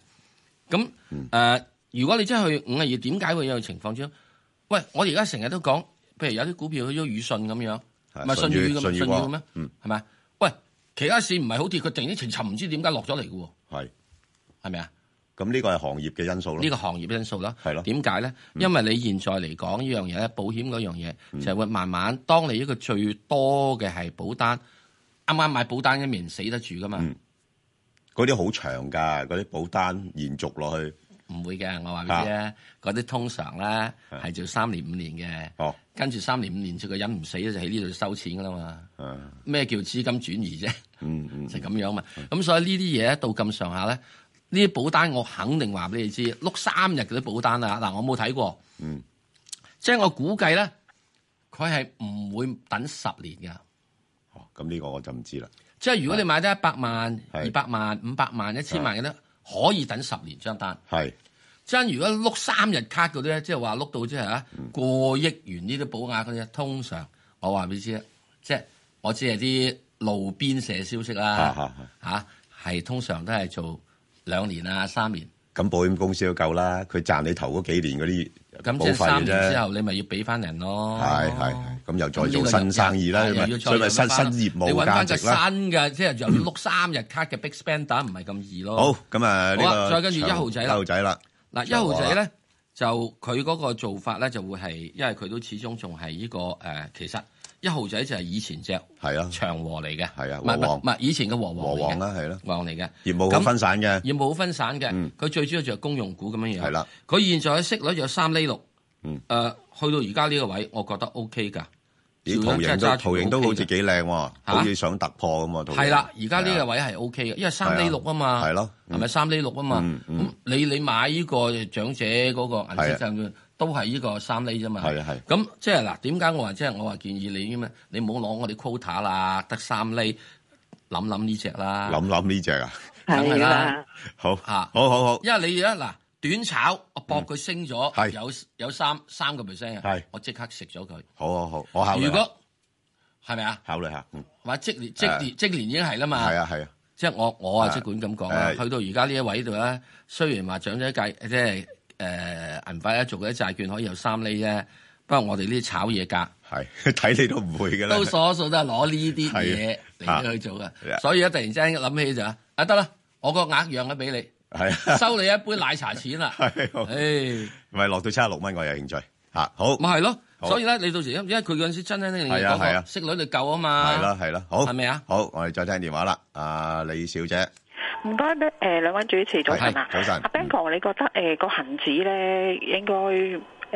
Speaker 2: 咁誒、
Speaker 1: 嗯
Speaker 2: 呃如果你真係去五啊二，點解會有情況之中？喂，我而家成日都講，譬如有啲股票去咗宇信咁樣，
Speaker 1: 係
Speaker 2: 唔係
Speaker 1: 舜
Speaker 2: 信
Speaker 1: 宇
Speaker 2: 宇咁
Speaker 1: 舜
Speaker 2: 信
Speaker 1: 宇
Speaker 2: 宇
Speaker 1: 光
Speaker 2: 咁咩？
Speaker 1: 嗯
Speaker 2: 係咪？喂，其他市唔係好跌，佢突然之情尋唔知點解落咗嚟嘅喎，
Speaker 1: 係，
Speaker 2: 係咪啊？
Speaker 1: 咁呢個係行業嘅因素咯。
Speaker 2: 呢個行業因素啦，
Speaker 1: 係咯
Speaker 2: 點解咧？因為你現在嚟講呢樣嘢咧，保險嗰樣
Speaker 1: 嗯
Speaker 2: 嘢就係會慢慢，當你一個最多嘅係保單，啱啱買保單嘅人死得住噶嘛？
Speaker 1: 嗯嗰啲好長㗎，嗰啲保單延續落去。
Speaker 2: 唔會嘅，我話俾你知啊，嗰啲通常咧
Speaker 1: 啊
Speaker 2: 係做三年五年嘅，
Speaker 1: 哦，
Speaker 2: 跟住三年五年之後個人唔死咧就喺呢度收錢噶啦嘛。
Speaker 1: 嗯
Speaker 2: 咩叫資金轉移啫？
Speaker 1: 嗯嗯，
Speaker 2: 就咁樣嘛。咁所以呢啲嘢咧到咁上下咧，呢啲保單我肯定話俾你知，碌三日嗰啲保單啊，嗱我冇睇過，
Speaker 1: 嗯，
Speaker 2: 即係我估計咧，佢係唔會等十年㗎。
Speaker 1: 哦咁呢個我就唔知啦。
Speaker 2: 即係如果你買得一百萬、
Speaker 1: 係
Speaker 2: 二百萬、五百萬、一千萬嘅咧，可以等十年張單。
Speaker 1: 係
Speaker 2: 真如果碌三日卡嗰啲咧，即係話碌到即係嚇
Speaker 1: 嗯
Speaker 2: 過億元呢啲保額嗰啲，通常我話俾你知，即係我知係啲路邊社消息啦
Speaker 1: 啊
Speaker 2: 嚇，係通常都係做兩年啊三年，
Speaker 1: 咁保險公司都夠啦，佢賺你頭嗰幾年嗰啲
Speaker 2: 咁
Speaker 1: 保
Speaker 2: 即
Speaker 1: 費
Speaker 2: 係三
Speaker 1: 嘅
Speaker 2: 年之
Speaker 1: 啫。
Speaker 2: 後你咪要俾翻人咯。
Speaker 1: 係係係，咁又再
Speaker 2: 哦咁呢
Speaker 1: 做
Speaker 2: 個
Speaker 1: 新生意啦，咁
Speaker 2: 又又要
Speaker 1: 咪
Speaker 2: 再
Speaker 1: 所以咪新新
Speaker 2: 搵返
Speaker 1: 業
Speaker 2: 你
Speaker 1: 務價
Speaker 2: 揾翻個
Speaker 1: 值
Speaker 2: 新
Speaker 1: 啦。
Speaker 2: 嘅，即係又要碌三日卡嘅 big spender 唔係咁易咯。
Speaker 1: 好，咁啊呢
Speaker 2: 好
Speaker 1: 個
Speaker 2: 啊再跟住
Speaker 1: 長
Speaker 2: 一號仔啦
Speaker 1: 一號仔啦，
Speaker 2: 嗱，一號仔咧就佢嗰個做法咧就會係，因為佢都始終仲係呢個誒、呃其實一號仔就係以前隻
Speaker 1: 係啊，
Speaker 2: 長和嚟嘅，
Speaker 1: 係啊
Speaker 2: 唔
Speaker 1: 和
Speaker 2: 係唔係
Speaker 1: 黃
Speaker 2: 唔係以前嘅和
Speaker 1: 和啊
Speaker 2: 黃嚟
Speaker 1: 黃
Speaker 2: 嘅，
Speaker 1: 啦，係啦，
Speaker 2: 和黃嚟嘅，
Speaker 1: 業務好
Speaker 2: 咁啊
Speaker 1: 分散嘅，
Speaker 2: 業務好分散嘅，
Speaker 1: 嗯
Speaker 2: 佢、最主要就係公用股咁樣樣。
Speaker 1: 係啦，
Speaker 2: 佢現在嘅息率有三厘六，
Speaker 1: 嗯
Speaker 2: 呃去到而家呢個位，我覺得 O K 㗎。
Speaker 1: 咦
Speaker 2: 照
Speaker 1: 圖
Speaker 2: 樣
Speaker 1: 形
Speaker 2: 即係
Speaker 1: 都
Speaker 2: 揸住
Speaker 1: 圖形都
Speaker 2: OK
Speaker 1: 好似
Speaker 2: 嘅
Speaker 1: 幾靚喎，好似想突破咁喎，圖形
Speaker 2: 係啦，而家呢
Speaker 1: 係
Speaker 2: 個
Speaker 1: 啊
Speaker 2: 位係 O K 嘅，因為三厘六啊嘛，
Speaker 1: 係咯嗯
Speaker 2: 係咪三厘六啊嘛？
Speaker 1: 嗯嗯
Speaker 2: 咁你你買呢個長者嗰個銀色
Speaker 1: 係啊
Speaker 2: 債券都係呢個三厘啫嘛。
Speaker 1: 係啊係
Speaker 2: 咁即係嗱，點解我話即係我話建議你咩？你唔好攞我哋 quota 啦，得三厘，諗諗呢只啦。
Speaker 1: 諗諗呢只啊，
Speaker 2: 梗係
Speaker 3: 係
Speaker 2: 啦
Speaker 3: 啦，
Speaker 1: 好，
Speaker 2: 啊
Speaker 1: 好好好，
Speaker 2: 因為你而家嗱短炒，我搏佢升咗
Speaker 1: 嗯係
Speaker 2: 有有三三個 percent 啊
Speaker 1: 係，
Speaker 2: 我即刻食咗佢。
Speaker 1: 好好好，我考慮下，
Speaker 2: 如果係咪啊？
Speaker 1: 考慮下，嗯，
Speaker 2: 或者即年即
Speaker 1: 係
Speaker 2: 年即年已經係啦嘛。
Speaker 1: 係啊係啊，
Speaker 2: 即係我我啊，
Speaker 1: 啊
Speaker 2: 即管咁講啦，
Speaker 1: 誒
Speaker 2: 去到而家呢一位度咧，雖然話長者界即係誒銀髮一族嗰啲債券可以有三厘啫，不過我哋呢啲炒嘢價
Speaker 1: 係 睇你都唔會㗎啦
Speaker 2: 都，所數都係攞呢啲
Speaker 1: 係
Speaker 2: 嘢
Speaker 1: 啊
Speaker 2: 嚟去做嘅，
Speaker 1: 啊
Speaker 2: 所以一突然之間諗起就話啊得啦，我個額讓咗俾 你，
Speaker 1: 係啊，
Speaker 2: 收你一杯奶茶錢啦，
Speaker 1: 係啊好
Speaker 2: 誒
Speaker 1: 咪落到七十六蚊我有興趣嚇，好，
Speaker 2: 咪係咯，
Speaker 1: 好
Speaker 2: 所以咧你到時因因為佢嗰陣時真真正正
Speaker 1: 係啊係
Speaker 2: 嗰
Speaker 1: 啊
Speaker 2: 個息率你夠啊嘛，
Speaker 1: 係啦係啦，好，
Speaker 2: 係咪啊？
Speaker 1: 好，我哋再聽電話啦，阿李小姐，
Speaker 4: 唔該，誒、兩位主持早晨啊，
Speaker 1: 係早晨
Speaker 4: 阿 Ben 哥，你覺得誒個恒指咧應該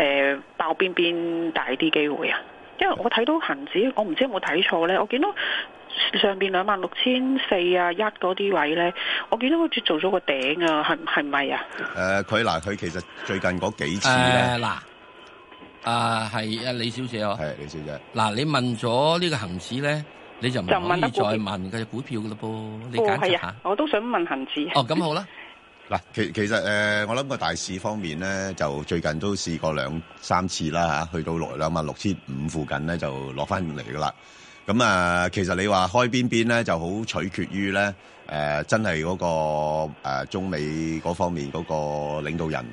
Speaker 4: 誒、爆邊邊大啲機會啊？因為我睇到恒指，我唔知有冇睇錯咧，我見到上邊兩萬六千四啊一嗰啲位咧，我見到好似做咗個頂啊，係係咪啊？
Speaker 1: 誒呃佢嗱佢其實最近嗰幾次咧
Speaker 2: 誒，嗱啊係啊李小姐哦。
Speaker 1: 係李小姐，
Speaker 2: 嗱，你問咗呢個恒指咧，你就唔
Speaker 4: 就
Speaker 2: 可
Speaker 4: 問
Speaker 2: 以
Speaker 4: 得股票
Speaker 2: 再問嘅股票噶嘞噃，你
Speaker 4: 哦，
Speaker 2: 揀
Speaker 4: 係
Speaker 2: 擇
Speaker 4: 啊
Speaker 2: 下，。
Speaker 4: 我都想問恒指。
Speaker 2: 哦，咁好啦，
Speaker 1: 嗱，其其實誒、呃我諗個大市方面咧，就最近都試過兩三次啦嚇，去到六兩萬六千五附近咧就落翻嚟噶啦。咁啊，其實你話開邊邊咧，就好取決於咧誒、呃真係嗰、個、呃、中美嗰方面嗰個領導人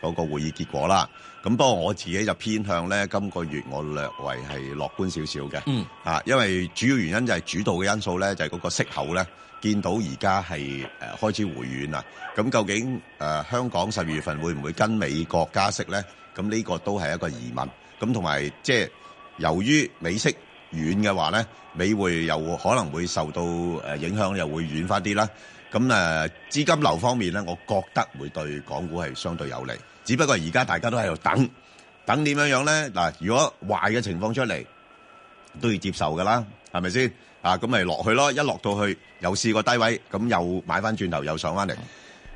Speaker 1: 嗰個會議結果啦。咁不過我自己就偏向咧，今個月我略為係樂觀少少嘅。
Speaker 2: 嗯，
Speaker 1: 啊，因為主要原因就係主導嘅因素咧，就係、嗰個息口咧，見到而家係誒開始回軟啦。咁究竟誒、呃香港十二月份會唔會跟美國加息咧？咁呢個都係一個疑問。咁同埋即係由於美息軟嘅話咧，美匯又可能會受到誒影響，又會軟翻啲啦。咁誒資金流方面咧，我覺得會對港股係相對有利。只不過而家大家都喺度等，等點樣樣咧？嗱，如果壞嘅情況出嚟，都要接受噶啦，係咪先？啊，咁咪落去咯，一落到去又試過低位，咁又買翻轉頭又上翻嚟。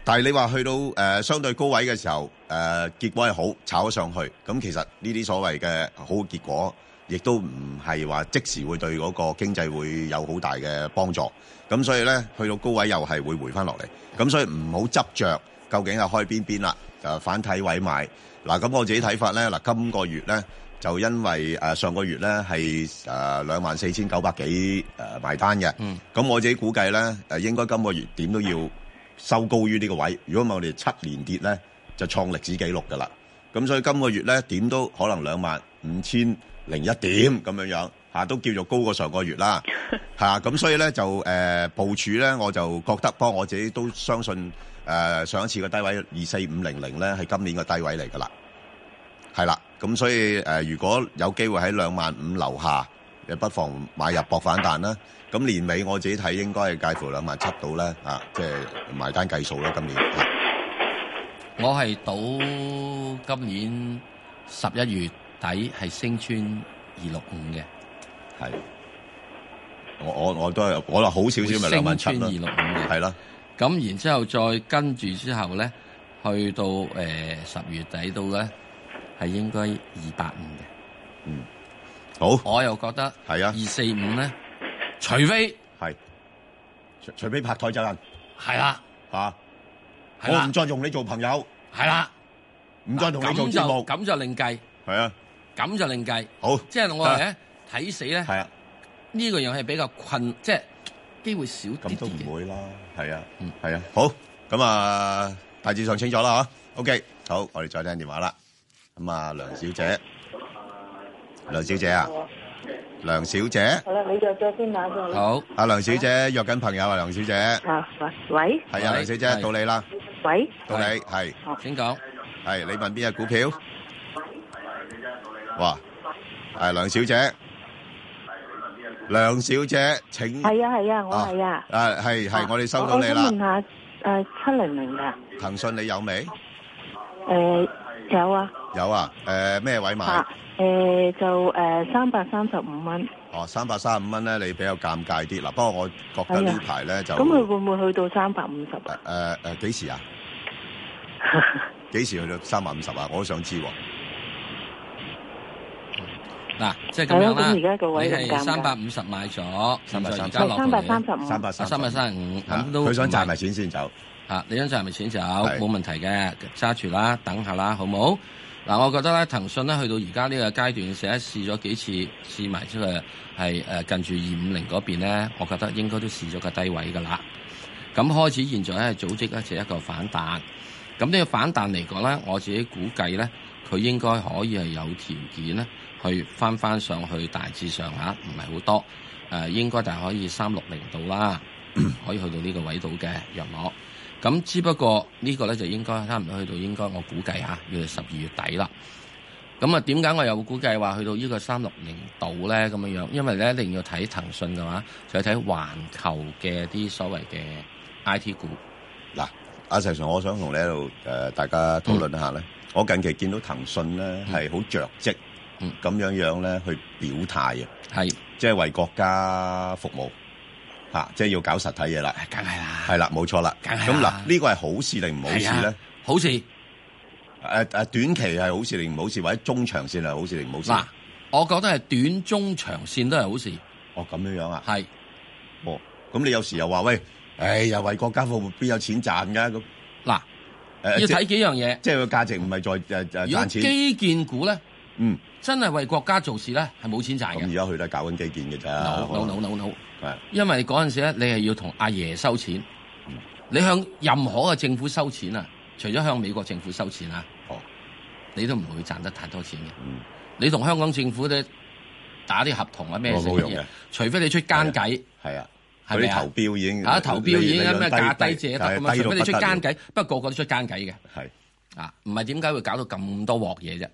Speaker 1: 但係你話去到誒、呃相對高位嘅時候，誒、結果係好炒咗上去，咁其實呢啲所謂嘅好結果，亦都唔係話即時會對嗰個經濟會有好大嘅幫助。咁所以咧，去到高位又係會回翻落嚟。咁所以唔好執着究竟係開邊邊啦，就反體位買。嗱，咁我自己睇法咧，嗱，今個月咧就因為誒、呃上個月咧係誒兩萬四千九百幾誒埋單嘅，
Speaker 2: 嗯
Speaker 1: 咁我自己估計咧誒應該今個月點都要收高於呢個位。如果唔係我哋七連跌咧，就創歷史紀錄㗎啦。咁所以今個月咧點都可能兩萬五千零一點咁樣樣嚇，都叫做高過上個月啦嚇。咁、所以咧就誒、呃部署咧，我就覺得，不過我自己都相信誒、呃上一次嘅低位二四五零零咧係今年嘅低位嚟㗎啦，係啦。咁所以誒、呃如果有機會喺兩萬五樓下，誒不妨買入博反彈啦。咁年尾我自己睇應該係介乎兩萬七到啦，啊，即係埋單計數啦，今年。啊
Speaker 2: 我係賭今年十一月底係升穿二六五嘅，
Speaker 1: 係。我我我都係，我話好少少咪兩萬七
Speaker 2: 會
Speaker 1: 啦，
Speaker 2: 升穿265嘅
Speaker 1: 係啦，
Speaker 2: 咁然之後再跟住之後咧，去到誒十、月底到咧係應該二百五嘅。
Speaker 1: 好
Speaker 2: 我又覺得
Speaker 1: 係啊
Speaker 2: 二四五咧，除非
Speaker 1: 係，除除非拍台走人
Speaker 2: 係啦，
Speaker 1: 嚇，
Speaker 2: 係
Speaker 1: 我
Speaker 2: 啦
Speaker 1: 唔，再用你做朋友，
Speaker 2: 係啦，
Speaker 1: 唔再同你做
Speaker 2: 咁
Speaker 1: 節
Speaker 2: 就
Speaker 1: 目，
Speaker 2: 咁就另計，
Speaker 1: 係啊，
Speaker 2: 咁就另計。
Speaker 1: 好，
Speaker 2: 即係我係
Speaker 1: 得
Speaker 2: 咧睇死咧，
Speaker 1: 啊係啊，
Speaker 2: 呢個樣係比較困，即係機會少啲
Speaker 1: 咁都
Speaker 2: 啲嘅
Speaker 1: 唔。會啦，係啊
Speaker 2: 嗯，
Speaker 1: 係啊，好，咁啊，大致上清楚啦嚇，OK，好，我哋再聽電話啦，咁啊，梁小姐，梁小姐啊，梁小姐，
Speaker 5: 好啦，你約咗先打咗啦。
Speaker 2: 好，
Speaker 1: 阿梁小姐約緊朋友啊，梁小姐，係
Speaker 5: 啊，喂
Speaker 1: 啊，梁小姐
Speaker 2: 係
Speaker 1: 到你啦，
Speaker 5: 喂，
Speaker 1: 到你係。
Speaker 2: 請講。
Speaker 1: 系你问边只股票？哇！系梁小姐，梁小姐，请
Speaker 5: 係啊係啊，我係啊。
Speaker 1: 啊，系系，我哋收到你
Speaker 5: 我
Speaker 1: 啦
Speaker 5: 想問。下誒七零零啊嘅
Speaker 1: 腾讯你有未？
Speaker 5: 誒有啊
Speaker 1: 有啊。诶，咩位买
Speaker 5: 嚇？誒就誒三百三十五蚊，
Speaker 1: 哦，三百三十五蚊咧，你比较尴尬啲嗱。不过我觉得呢排咧就
Speaker 5: 啊
Speaker 1: 呃
Speaker 5: 咁佢會唔會去到三百五十
Speaker 1: 诶
Speaker 5: 啊？
Speaker 1: 诶诶，几时 啊？几时去到三百五十啊？我都想知喎。
Speaker 2: 嗱，即係咁
Speaker 5: 係
Speaker 2: 樣
Speaker 5: 咯，
Speaker 2: 啦。
Speaker 5: 咁而
Speaker 2: 你
Speaker 5: 家個位咁
Speaker 2: 係
Speaker 5: 尷
Speaker 2: 三百
Speaker 5: 尬。
Speaker 2: 五十買咗，現在而家落到
Speaker 5: 係三百三
Speaker 2: 嚟
Speaker 5: 十五，
Speaker 1: 三百
Speaker 2: 啊
Speaker 1: 三，啊
Speaker 2: 三百三十五，咁都
Speaker 1: 佢想赚埋
Speaker 2: 唔係
Speaker 1: 钱先走。
Speaker 2: 啊！你想賺咪錢就有冇問題嘅，揸住啦，等下啦，好冇？嗱，我覺得咧，騰訊咧去到而家呢個階段，成日試咗幾次，試埋出嚟係呃誒近住二五零嗰邊咧，我覺得應該都試咗個低位噶啦。咁開始現在咧組織咧就一個反彈，咁呢個反彈嚟講咧，我自己估計咧，佢應該可以係有條件咧去翻翻上去大致上下，唔係好多，誒、應該但係可以三六零度啦，可以去到呢個位度嘅入攞。咁只不過呢個咧就應該差唔多去到應該我估計嚇，要到十二月底啦。咁啊，點解我又估計話去到呢個三六零度咧咁樣樣？因為咧一定要睇騰訊嘅話，就要睇環球嘅啲所謂嘅 I T 股。
Speaker 1: 嗱，阿石 Sir，我想同你喺度誒大家討論一下咧。我近期見到騰訊咧係好着跡
Speaker 2: 嗯
Speaker 1: 咁樣樣咧去表態啊，
Speaker 2: 係，
Speaker 1: 即係為國家服務嚇、即係要搞實體嘢啦。
Speaker 2: 唉梗係啦，
Speaker 1: 係啦，冇錯啦。
Speaker 2: 梗係
Speaker 1: 咁
Speaker 2: 啦
Speaker 1: 嗱，呢個係好事定唔好事
Speaker 2: 係
Speaker 1: 咧
Speaker 2: 啊？好事
Speaker 1: 誒誒，短期係好事定唔好事，或者中長線係好事定唔好事？
Speaker 2: 嗱，我覺得係短中長線都係好事，
Speaker 1: 哦咁樣樣啊。
Speaker 2: 係
Speaker 1: 哦，咁你有時又話喂，唉，又為國家服務，邊有錢賺㗎？咁
Speaker 2: 嗱，
Speaker 1: 誒，
Speaker 2: 要
Speaker 1: 即
Speaker 2: 睇幾樣嘢。
Speaker 1: 即係個價值唔係在誒誒
Speaker 2: 如果
Speaker 1: 賺錢。
Speaker 2: 基建股咧，
Speaker 1: 嗯，
Speaker 2: 真係為國家做事咧，係冇錢
Speaker 1: 咁
Speaker 2: 賺嘅
Speaker 1: 而。家佢都係搞緊基建嘅咋。
Speaker 2: no
Speaker 1: 可能
Speaker 2: no no no no，
Speaker 1: 係
Speaker 2: 因為嗰陣時咧，你係要同阿爺收錢，你向任何嘅政府收錢啊，除咗向美國政府收錢啊，
Speaker 1: 哦
Speaker 2: 你都唔會賺得太多錢嘅。
Speaker 1: 嗯
Speaker 2: 你同香港政府咧打啲合同啊咩
Speaker 1: 哦冇
Speaker 2: 死
Speaker 1: 冇用
Speaker 2: 嘢
Speaker 1: 嘅，
Speaker 2: 除非你出奸計，
Speaker 1: 係啊，
Speaker 2: 係
Speaker 1: 佢
Speaker 2: 咪
Speaker 1: 啲投
Speaker 2: 啊？
Speaker 1: 標已經
Speaker 2: 啊，投標已經
Speaker 1: 利潤
Speaker 2: 咩價低者得咁啊，
Speaker 1: 係
Speaker 2: 除非你出
Speaker 1: 低到
Speaker 2: 奸
Speaker 1: 不得了
Speaker 2: 計，不過個個都出奸計嘅。
Speaker 1: 係
Speaker 2: 啊，唔係點解會搞到咁多鑊嘢啫？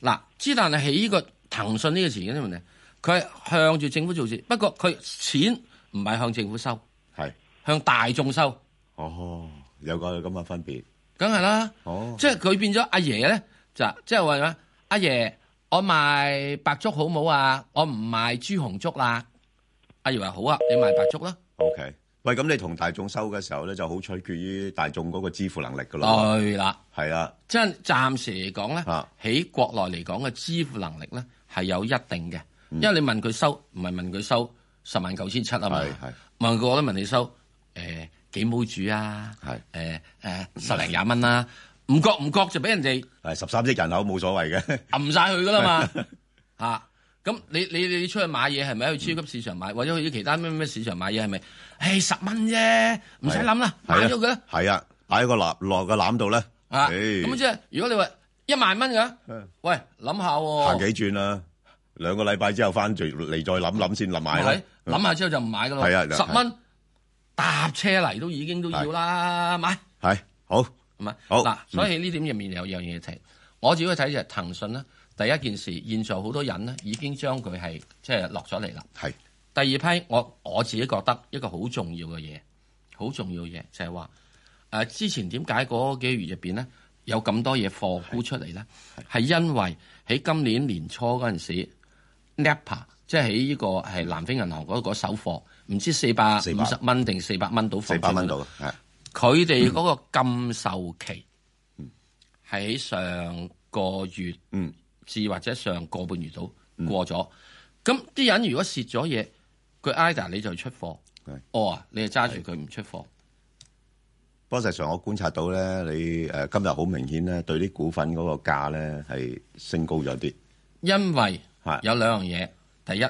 Speaker 2: 嗱，之但係喺呢個騰訊呢個錢嘅問題，佢係向住政府做事，不過佢錢唔係向政府收，
Speaker 1: 係
Speaker 2: 向大眾收，
Speaker 1: 哦，有個咁嘅分別
Speaker 2: 梗係啦。
Speaker 1: 哦，
Speaker 2: 即係佢變咗阿爺咧，就即係話咩？阿爺，我賣白粥好冇啊？我唔賣豬紅粥啦。阿爺話好啊，你賣白粥啦。
Speaker 1: OK。喂，咁你同大眾收嘅時候咧，就好取決於大眾嗰個支付能力噶咯。
Speaker 2: 對啦，
Speaker 1: 係啊，
Speaker 2: 即係暫時嚟講咧
Speaker 1: 啊，
Speaker 2: 喺國內嚟講嘅支付能力咧係有一定嘅，因為你問佢收，唔係問佢收十萬九千七啊嘛
Speaker 1: 係係，
Speaker 2: 問佢我都問你收誒幾毛主啊，
Speaker 1: 係
Speaker 2: 誒誒十零廿蚊啦，唔覺唔覺就俾人哋。
Speaker 1: 係十三億人口冇所謂嘅，
Speaker 2: 揞晒佢噶啦 嘛嚇。咁你你你出去買嘢係咪去超級市場買，或者去啲其他咩咩市場買嘢係咪？誒十蚊啫，唔使諗啦，買咗佢啦。
Speaker 1: 係啊，擺喺個籃落個籃度咧，
Speaker 2: 啊，
Speaker 1: 唉
Speaker 2: 咁即係如果你話一萬蚊嘅
Speaker 1: 嗯，
Speaker 2: 喂諗下
Speaker 1: 行幾
Speaker 2: 喎，
Speaker 1: 轉啦，兩個禮拜之後翻住嚟再諗諗先諗埋啦
Speaker 2: 係。諗下之後就唔買噶咯。
Speaker 1: 啊嗯係啊
Speaker 2: 十蚊搭車嚟都已經都要啦，買
Speaker 1: 係好
Speaker 2: 唔係？
Speaker 1: 好
Speaker 2: 嗱，
Speaker 1: 嗯
Speaker 2: 所以呢點入面有樣嘢睇，我自己睇就係騰訊啦。第一件事，現在好多人咧已經將佢係即係落咗嚟啦。
Speaker 1: 係
Speaker 2: 第二批，我我自己覺得一個好重要嘅嘢，好重要嘅嘢就係話誒，之前點解嗰幾個月入邊咧有咁多嘢貨沽出嚟咧？係因為喺今年年初嗰陣時，NAPA 即係喺呢個係南非銀行嗰個首貨，唔知四百五十
Speaker 1: 450
Speaker 2: 蚊定四百蚊到
Speaker 1: 四百蚊度，係
Speaker 2: 佢
Speaker 1: 嗯
Speaker 2: 哋嗰個禁售期喺上個月
Speaker 1: 嗯
Speaker 2: 至或者上個半月度過咗，咁啲人如果蝕咗嘢，佢 ida 你就出貨
Speaker 1: 係，
Speaker 2: 哦啊，你就揸住佢唔出貨，
Speaker 1: 不過實際上我觀察到咧，你誒、呃今日好明顯咧，對啲股份嗰個價咧係升高咗啲，
Speaker 2: 因為
Speaker 1: 係
Speaker 2: 有兩樣嘢，第一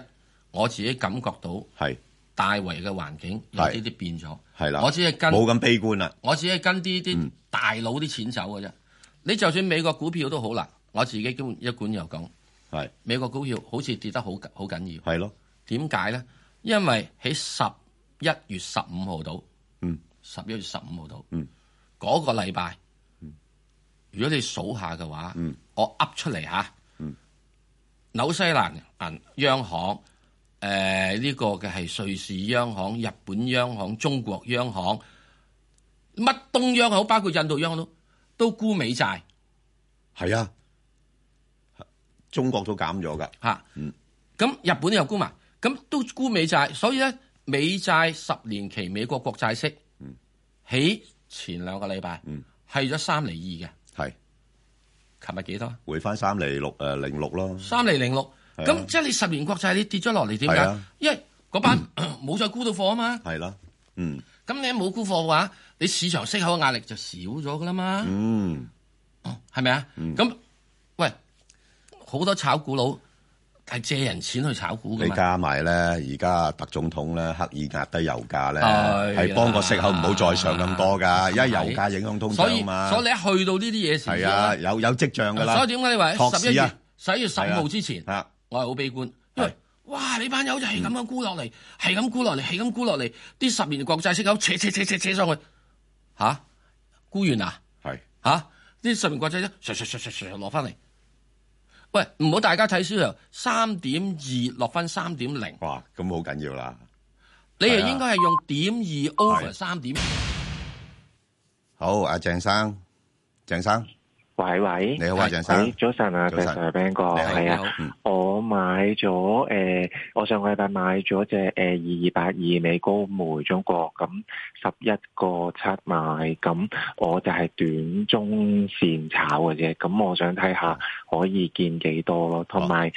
Speaker 2: 我自己感覺到
Speaker 1: 係
Speaker 2: 大圍嘅環境有
Speaker 1: 係
Speaker 2: 啲啲變咗，
Speaker 1: 係啦，
Speaker 2: 我只係跟
Speaker 1: 冇嗯咁悲觀啦，
Speaker 2: 我只係跟啲啲大佬啲錢走嘅啫，你就算美國股票都好啦，我自己基本一貫又講。
Speaker 1: 係
Speaker 2: 美國股票好似跌得好緊好緊要，
Speaker 1: 係咯，
Speaker 2: 點解呢？因為喺十一月十五號到，
Speaker 1: 嗯，
Speaker 2: 十一月十五號到，
Speaker 1: 嗯，
Speaker 2: 嗰個禮拜，如果你數下嘅話，
Speaker 1: 嗯，
Speaker 2: 我噏出嚟嚇，嗯，紐西蘭銀央行，誒、呢、個嘅係瑞士央行、日本央行、中國央行，乜東央行包括印度央行都都沽美債。
Speaker 1: 係啊，中國都減咗㗎，
Speaker 2: 嚇。啊咁日本又沽埋，咁都沽美債，所以咧美債十年期美國國債息喺前兩個禮拜
Speaker 1: 嗯
Speaker 2: 係咗三厘二嘅，
Speaker 1: 係
Speaker 2: 琴日幾多啊？
Speaker 1: 回翻三厘六誒零六咯，
Speaker 2: 三厘零六，
Speaker 1: 係啊
Speaker 2: 咁即係你十年國債你跌咗落嚟點
Speaker 1: 係
Speaker 2: 解
Speaker 1: 啊？
Speaker 2: 因為嗰班 冇再沽到貨啊嘛，
Speaker 1: 係啦，嗯
Speaker 2: 咁你一冇沽貨嘅話，你市場息口嘅壓力就少咗噶啦嘛。
Speaker 1: 嗯
Speaker 2: 係咪啊？咁、喂，好多炒股佬係借人錢去炒股噶
Speaker 1: 你
Speaker 2: 嘛？
Speaker 1: 加埋咧，而家特總統咧刻意壓低油價咧，
Speaker 2: 係啦
Speaker 1: 係幫個息口唔好再上咁多㗎，因為油價影響通
Speaker 2: 所以
Speaker 1: 脹嘛，
Speaker 2: 所以你一去到呢啲嘢時
Speaker 1: 係
Speaker 2: 之後
Speaker 1: 啊，
Speaker 2: 呢，
Speaker 1: 有有跡象㗎啦，
Speaker 2: 所以點解你話
Speaker 1: 托
Speaker 2: 十一
Speaker 1: 市啊
Speaker 2: 月十一月十五號之前，
Speaker 1: 啊
Speaker 2: 我係好悲觀，因為
Speaker 1: 係
Speaker 2: 哇你班友就係咁樣沽落嚟，係咁沽落嚟，係咁沽落嚟，啲十年國債息口扯扯扯扯扯上去，吓沽完啊
Speaker 1: 係
Speaker 2: 吓，啲十年國債息上上上上上攞翻嚟，喂唔好大家睇小油三點二落翻三點零。
Speaker 1: 哇，咁好緊要啦。
Speaker 2: 你係
Speaker 1: 係啊
Speaker 2: 應該係用點二 over
Speaker 1: 係
Speaker 2: 三點，
Speaker 1: 好，阿鄭生，鄭生，
Speaker 6: 喂喂，
Speaker 1: 你好啊
Speaker 2: 係
Speaker 1: 鄭
Speaker 6: 喂
Speaker 1: 生，
Speaker 6: 早晨啊，
Speaker 1: 早
Speaker 6: 石
Speaker 1: 晨
Speaker 6: Sir Ben 哥，
Speaker 1: 你好
Speaker 6: 係
Speaker 2: 你
Speaker 6: 啊，
Speaker 2: 好，
Speaker 1: 嗯
Speaker 6: 我買咗誒，我上個禮拜買咗只誒二二八二美高梅中國，咁十一個七買，咁我就係短中線炒嘅啫，咁我想睇下可以見幾多咯，同埋。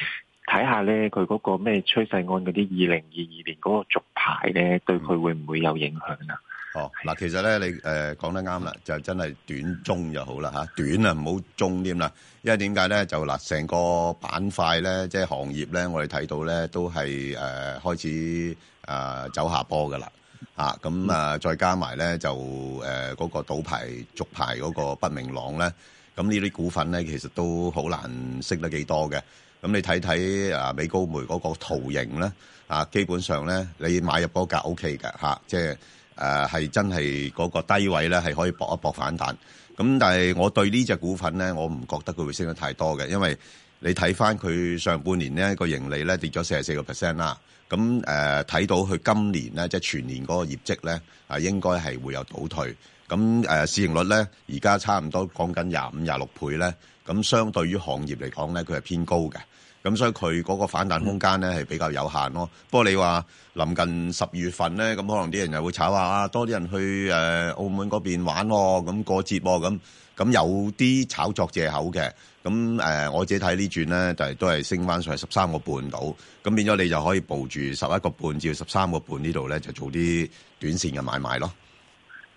Speaker 6: 睇下咧，佢嗰個咩趨勢案嗰啲二零二二年嗰個續牌咧，對佢會唔會有影響啊？
Speaker 1: 哦，嗱，其實咧，你誒講得啱啦，就真係短中就好啦嚇，短啊唔好中添啦，因為點解咧？就嗱，成個板塊咧，即係行業咧，我哋睇到咧都係誒、呃、開始誒、呃走下坡噶啦。啊，咁啊，再加埋咧就誒嗰、個賭牌續牌嗰個不明朗咧，咁呢啲股份咧其實都好難升得幾多嘅。咁你睇睇啊美高梅嗰個圖形咧，啊基本上咧你買入嗰價 O K 嘅嚇，即係誒呃係真係嗰個低位咧係可以搏一搏反彈。咁但係我對呢只股份咧，我唔覺得佢會升得太多嘅，因為你睇翻佢上半年咧個盈利咧跌咗四十四個 percent 啦。咁誒睇到佢今年咧，即係全年嗰個業績咧，啊應該係會有倒退。咁誒、呃市盈率咧，而家差唔多講緊廿五、廿六倍咧。咁相對於行業嚟講咧，佢係偏高嘅。咁所以佢嗰個反彈空間咧係比較有限咯。不過你話臨近十二月份咧，咁可能啲人又會炒下啊，多啲人去誒、呃澳門嗰邊玩喎，咁過節喎，咁咁有啲炒作藉口嘅。咁誒、呃我自己睇呢轉咧，就係都係升翻上去十三個半到，咁變咗你就可以佈住十一個半至十三個半呢度咧，就做啲短線嘅買賣咯。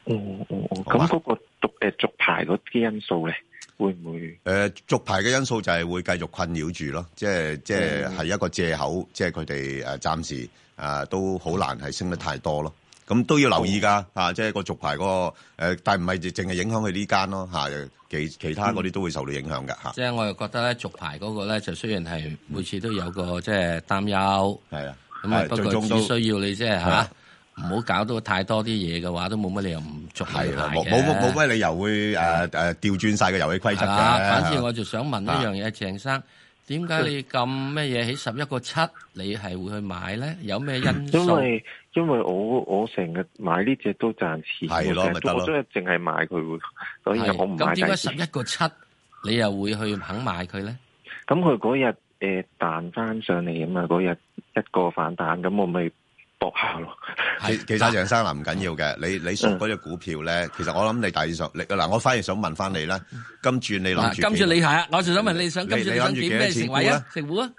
Speaker 6: 哦哦哦，
Speaker 1: 好啊
Speaker 6: 咁嗰個續誒續牌嗰啲因素咧，會唔會？
Speaker 1: 誒、呃續牌嘅因素就係會繼續困擾住咯，即係即
Speaker 2: 嗯
Speaker 1: 係係一個借口，即係佢哋誒暫時啊、都好難係升得太多咯。咁都要留意
Speaker 2: 哦
Speaker 1: 㗎啊！即係個續牌嗰、個、呃但唔係淨係影響佢呢間咯嚇、其其他嗰啲都會受到影響㗎嚇。
Speaker 2: 即係我又覺得咧，續牌嗰個咧就雖然係每次都有個即係擔憂，
Speaker 1: 係啊，
Speaker 2: 咁啊
Speaker 1: 係
Speaker 2: 不過
Speaker 1: 最終
Speaker 2: 只
Speaker 1: 都
Speaker 2: 需要你即係
Speaker 1: 係
Speaker 2: 嚇唔好搞到太多啲嘢嘅話，都冇乜理由唔續牌
Speaker 1: 係啦，
Speaker 2: 嘅
Speaker 1: 冇冇冇冇乜理由會誒誒調轉晒個遊戲規則
Speaker 2: 係
Speaker 1: 嘅。
Speaker 2: 啦反
Speaker 1: 係啊
Speaker 2: 正我就想問一樣嘢，鄭生，點解你咁咩嘢喺十一個七你係會去買咧？有咩因
Speaker 6: 因
Speaker 2: 素？
Speaker 6: 為因為我我成日買呢只都賺錢嘅，
Speaker 1: 係咯咪得咯
Speaker 6: 我都係淨係買佢喎，所以
Speaker 2: 係
Speaker 6: 我唔買
Speaker 2: 咁
Speaker 6: 第
Speaker 2: 點解
Speaker 6: 二隻
Speaker 2: 十一個七你又會去肯買佢咧？
Speaker 6: 咁佢嗰日誒彈翻上嚟啊嘛，嗰日一個反彈，咁我咪搏下咯。
Speaker 1: 其其實楊生嗱唔緊要嘅，你
Speaker 2: 嗯
Speaker 1: 你熟嗰只股票咧，其實我諗你第二上，你嗱我反而想問翻你咧，今轉你諗
Speaker 2: 嗯嗱，
Speaker 1: 住
Speaker 2: 跟住
Speaker 1: 幾
Speaker 2: 你係啊，我就想問你想
Speaker 1: 你
Speaker 2: 跟住
Speaker 1: 你
Speaker 2: 你
Speaker 1: 諗
Speaker 2: 想
Speaker 1: 住
Speaker 2: 點
Speaker 1: 幾多
Speaker 2: 咩
Speaker 1: 錢
Speaker 2: 成為
Speaker 1: 沽
Speaker 2: 啊
Speaker 1: 啊？
Speaker 2: 食糊啊？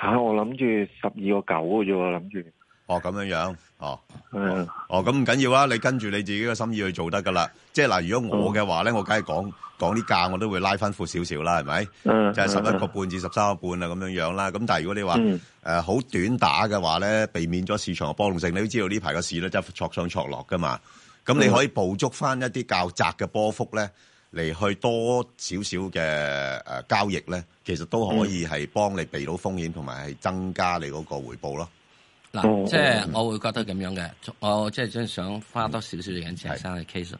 Speaker 6: 嚇、我諗住十二個九嘅啫喎，諗住。
Speaker 1: 哦咁樣樣哦。
Speaker 6: 嗯
Speaker 1: 哦，咁唔緊要啊！你跟住你自己嘅心意去做得噶啦。即係嗱，如果我嘅話咧，我梗係講講啲價，我都會拉翻闊少少啦，係咪？
Speaker 6: 嗯，
Speaker 1: 哦就係十一個半至十三個半啊，咁樣樣啦。咁但係如果你話
Speaker 6: 嗯
Speaker 1: 誒好短打嘅話咧，避免咗市場嘅波動性，你都知道呢排個市咧真係挫上挫落噶嘛。咁你
Speaker 6: 嗯
Speaker 1: 可以捕捉翻一啲較窄嘅波幅咧，嚟去多少少嘅誒交易咧，其實都
Speaker 6: 嗯
Speaker 1: 可以係幫你避到風險，同埋係增加你嗰個回報咯。
Speaker 2: 嗱，
Speaker 6: 哦
Speaker 2: 即係我會覺得咁樣嘅，我即係真係想花多少少嘅錢鄭生嘅 case
Speaker 1: 係。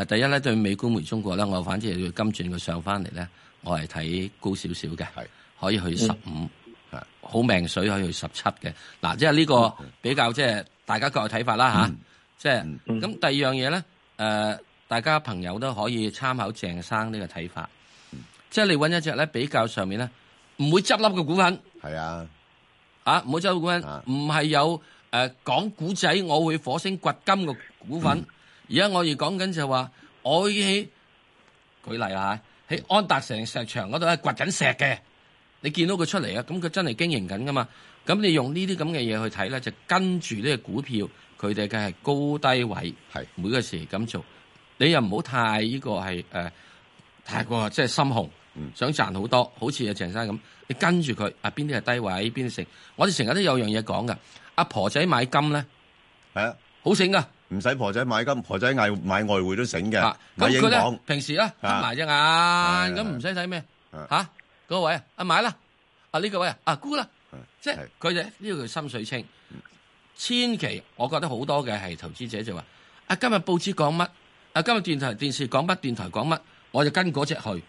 Speaker 2: 誒，第一咧對美股回中國咧，我反正要金轉佢上翻嚟咧，我係睇高少少嘅
Speaker 1: 係，
Speaker 2: 可以
Speaker 6: 嗯
Speaker 2: 去十五
Speaker 1: 係，
Speaker 2: 好命水可以去十七嘅。嗱，即係呢個比較即係大家各有睇法啦吓，即係
Speaker 6: 嗯
Speaker 2: 咁第二樣嘢咧，誒，大家朋友都可以參考鄭生呢個睇法，
Speaker 6: 嗯
Speaker 2: 即係你揾一隻咧比較上面咧唔會執笠嘅股份。
Speaker 1: 係啊，
Speaker 2: 啊，唔好走股份
Speaker 1: 啊，
Speaker 2: 唔係有誒講古仔，我會火星掘金嘅股份。而家我而講緊就話，我已經舉例啦嚇喺安達成石場嗰度咧掘緊石嘅，你見到佢出嚟啊，咁佢真係經營緊噶嘛？咁你用呢啲咁嘅嘢去睇咧，就跟住呢個股票佢哋嘅係高低位，
Speaker 1: 係
Speaker 2: 每個時咁做，你又唔好太呢個係誒、呃太過即係心紅，
Speaker 1: 嗯
Speaker 2: 想賺好多，好似阿鄭生咁，你跟住佢啊邊啲係低位，邊啲成，我哋成日都有樣嘢講噶，阿婆仔買金咧
Speaker 1: 係啊。
Speaker 2: 好醒噶，
Speaker 1: 唔使婆仔買金，婆仔買買外匯都醒嘅
Speaker 2: 啊，
Speaker 1: 買
Speaker 2: 咁
Speaker 1: 英
Speaker 2: 佢
Speaker 1: 鎊
Speaker 2: 咧平時咧
Speaker 1: 啊
Speaker 2: 黑埋隻眼，
Speaker 1: 係
Speaker 2: 咁唔使睇咩
Speaker 1: 啊
Speaker 2: 嚇嗰位啊啊買啦，啊呢個位啊啊沽啦。即係
Speaker 1: 係
Speaker 2: 佢哋呢個叫心水清。千祈，我覺得好多嘅係投資者就話：啊，今日報紙講乜？啊，今日電台、電視講乜？電台講乜？我就跟嗰只去。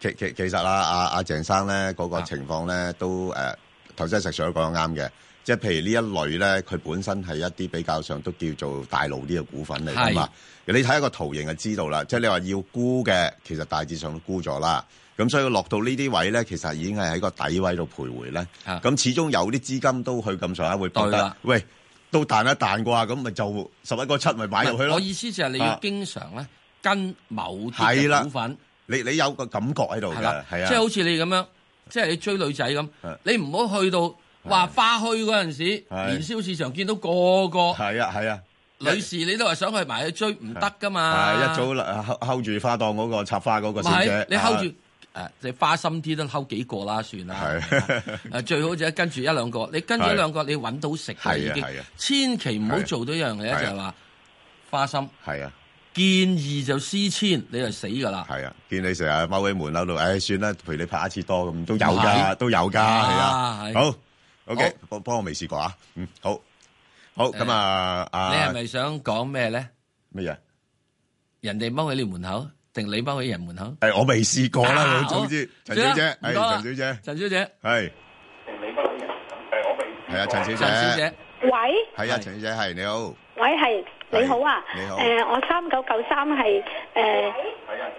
Speaker 1: 其其其實啊，阿阿鄭生咧嗰個
Speaker 2: 啊
Speaker 1: 情況咧都誒，頭先石 Sir 都講得啱嘅，即係譬如呢一類咧，佢本身係一啲比較上都叫做大路啲嘅股份嚟㗎嘛。你睇一個圖形就知道啦，即係你話要沽嘅，其實大致上都沽咗啦。咁所以落到呢啲位咧，其實已經係喺個底位度徘徊咧。
Speaker 2: 啊
Speaker 1: 咁始終有啲資金都去咁上下，會覺
Speaker 2: 對
Speaker 1: 得
Speaker 2: 啦
Speaker 1: 喂都彈一彈啩，咁咪就十一個七咪買入去
Speaker 2: 我
Speaker 1: 咯。
Speaker 2: 意思就係你要
Speaker 1: 啊
Speaker 2: 經常咧跟某啲
Speaker 1: 係
Speaker 2: 嘅
Speaker 1: 啦
Speaker 2: 股份，
Speaker 1: 你你有個感覺喺度
Speaker 2: 係
Speaker 1: 㗎，
Speaker 2: 啦，
Speaker 1: 係啊，
Speaker 2: 即係好似你咁樣，即係你追女仔咁
Speaker 1: 係，
Speaker 2: 你唔好去到話花墟嗰陣時，
Speaker 1: 啊係
Speaker 2: 年宵市場見到個個
Speaker 1: 係啊係啊，
Speaker 2: 女士，你都話想去埋去追，唔得噶嘛。
Speaker 1: 係一早啦睺睺住花檔嗰個插花嗰個
Speaker 2: 唔
Speaker 1: 小
Speaker 2: 係
Speaker 1: 姐，啊
Speaker 2: 你睺住誒，你花心啲都睺幾個啦，算啦。
Speaker 1: 係
Speaker 2: 誒最好就係跟住一兩個，你跟住一兩個，你揾到食嘅
Speaker 1: 係
Speaker 2: 已
Speaker 1: 啊
Speaker 2: 經
Speaker 1: 係啊，
Speaker 2: 千祈唔好
Speaker 1: 係啊
Speaker 2: 做到一樣嘢
Speaker 1: 係啊
Speaker 2: 就係話花心，
Speaker 1: 係啊
Speaker 2: 建議就私遷，你就死㗎啦。
Speaker 1: 係啊，見你成日踎喺門口度，唉算啦，陪你拍一次多咁都有
Speaker 2: 係
Speaker 1: 㗎，都有㗎，係啊
Speaker 2: 啊，係
Speaker 1: 好 OK，幫幫我未試過啊，嗯好，好咁啊
Speaker 2: 你係
Speaker 1: 啊
Speaker 2: 咪想講咩咧？
Speaker 1: 咩嘢？
Speaker 2: 人哋踎喺你門口，定你踎喺人門口？
Speaker 1: 誒我未試過啦，
Speaker 2: 啊
Speaker 1: 總之陳小姐，
Speaker 2: 好
Speaker 1: 係
Speaker 2: 唔該啦
Speaker 1: 陳小姐，
Speaker 2: 陳小姐，
Speaker 1: 係係啊陳小
Speaker 2: 陳
Speaker 1: 姐，
Speaker 2: 小姐，
Speaker 7: 喂
Speaker 1: 係啊陳小姐係你好，
Speaker 7: 喂，係你好啊，
Speaker 1: 你好
Speaker 7: 誒我三九九三係誒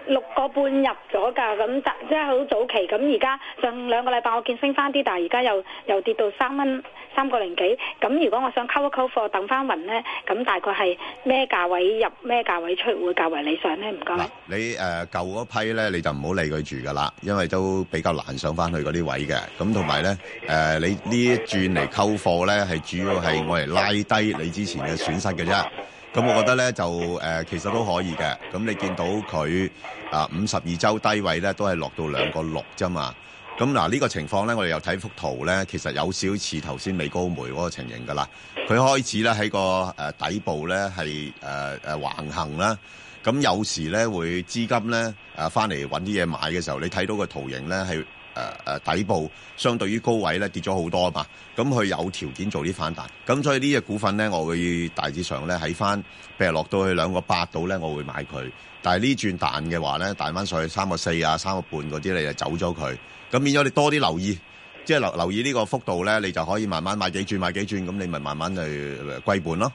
Speaker 7: 六個半入咗㗎，咁但即係好早期，咁而家上兩個禮拜我見升翻啲，但係而家又又跌到三蚊三個零幾，咁如果我想溝一溝貨等翻雲咧，咁大概係咩價位入咩價位出會較為理想咧？唔該。
Speaker 1: 嗱，你誒舊嗰批咧，你就唔好理佢住噶啦，因為都比較難上翻去嗰啲位嘅。咁同埋咧，誒你呢一轉嚟溝貨咧，係主要係我嚟拉低你之前嘅損失嘅啫。咁我覺得咧就誒、呃其實都可以嘅。咁你見到佢啊五十二週低位咧，都係落到兩個六啫嘛。咁嗱呢個情況咧，我哋又睇幅圖咧，其實有少少似頭先美高梅嗰個情形噶啦。佢開始咧喺個誒、呃底部咧係誒誒橫行啦。咁有時咧會資金咧誒翻嚟揾啲嘢買嘅時候，你睇到個圖形咧係誒誒底部相對於高位咧跌咗好多嘛，咁佢有條件做啲反彈，咁所以呢只股份咧，我會大致上咧喺翻，譬如落到去兩個八度咧，我會買佢。但係呢轉彈嘅話咧，彈翻上去三個四啊、三個半嗰啲，你就走咗佢。咁變咗你多啲留意，即係留留意呢個幅度咧，你就可以慢慢買幾轉買幾轉，咁你咪慢慢去呃歸本咯。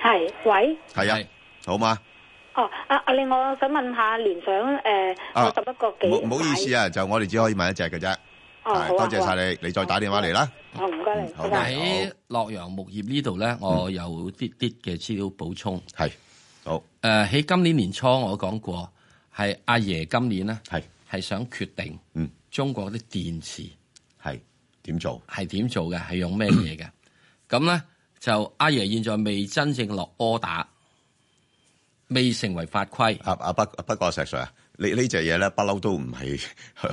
Speaker 7: 係，喂，
Speaker 1: 係啊
Speaker 2: 係，
Speaker 1: 好嘛？
Speaker 7: 哦，啊啊，另外我想問下聯想誒，
Speaker 1: 啊
Speaker 7: 我十一個幾
Speaker 1: 唔唔好意思
Speaker 7: 啊，
Speaker 1: 啊，就我哋只可以買一隻嘅啫。
Speaker 7: 哦，好啊，
Speaker 1: 多謝
Speaker 7: 好啊
Speaker 1: 晒，你，你再打電話嚟啦。
Speaker 7: 哦，唔該你，
Speaker 1: 嗯好
Speaker 7: 拜拜
Speaker 1: 嘅
Speaker 2: 喺洛陽木業呢度咧，
Speaker 1: 嗯
Speaker 2: 我有啲啲嘅資料補充。
Speaker 1: 係，好，
Speaker 2: 誒、喺今年年初我講過，係阿爺今年咧
Speaker 1: 係
Speaker 2: 係想決定，
Speaker 1: 嗯，
Speaker 2: 中國啲電池
Speaker 1: 係點做？
Speaker 2: 係點做嘅，係用咩 嘢嘅？咁咧就阿爺現在未真正落 order，未成為法規。
Speaker 1: 啊啊不不過石 Sir 啊，你呢隻嘢咧不嬲都唔係 去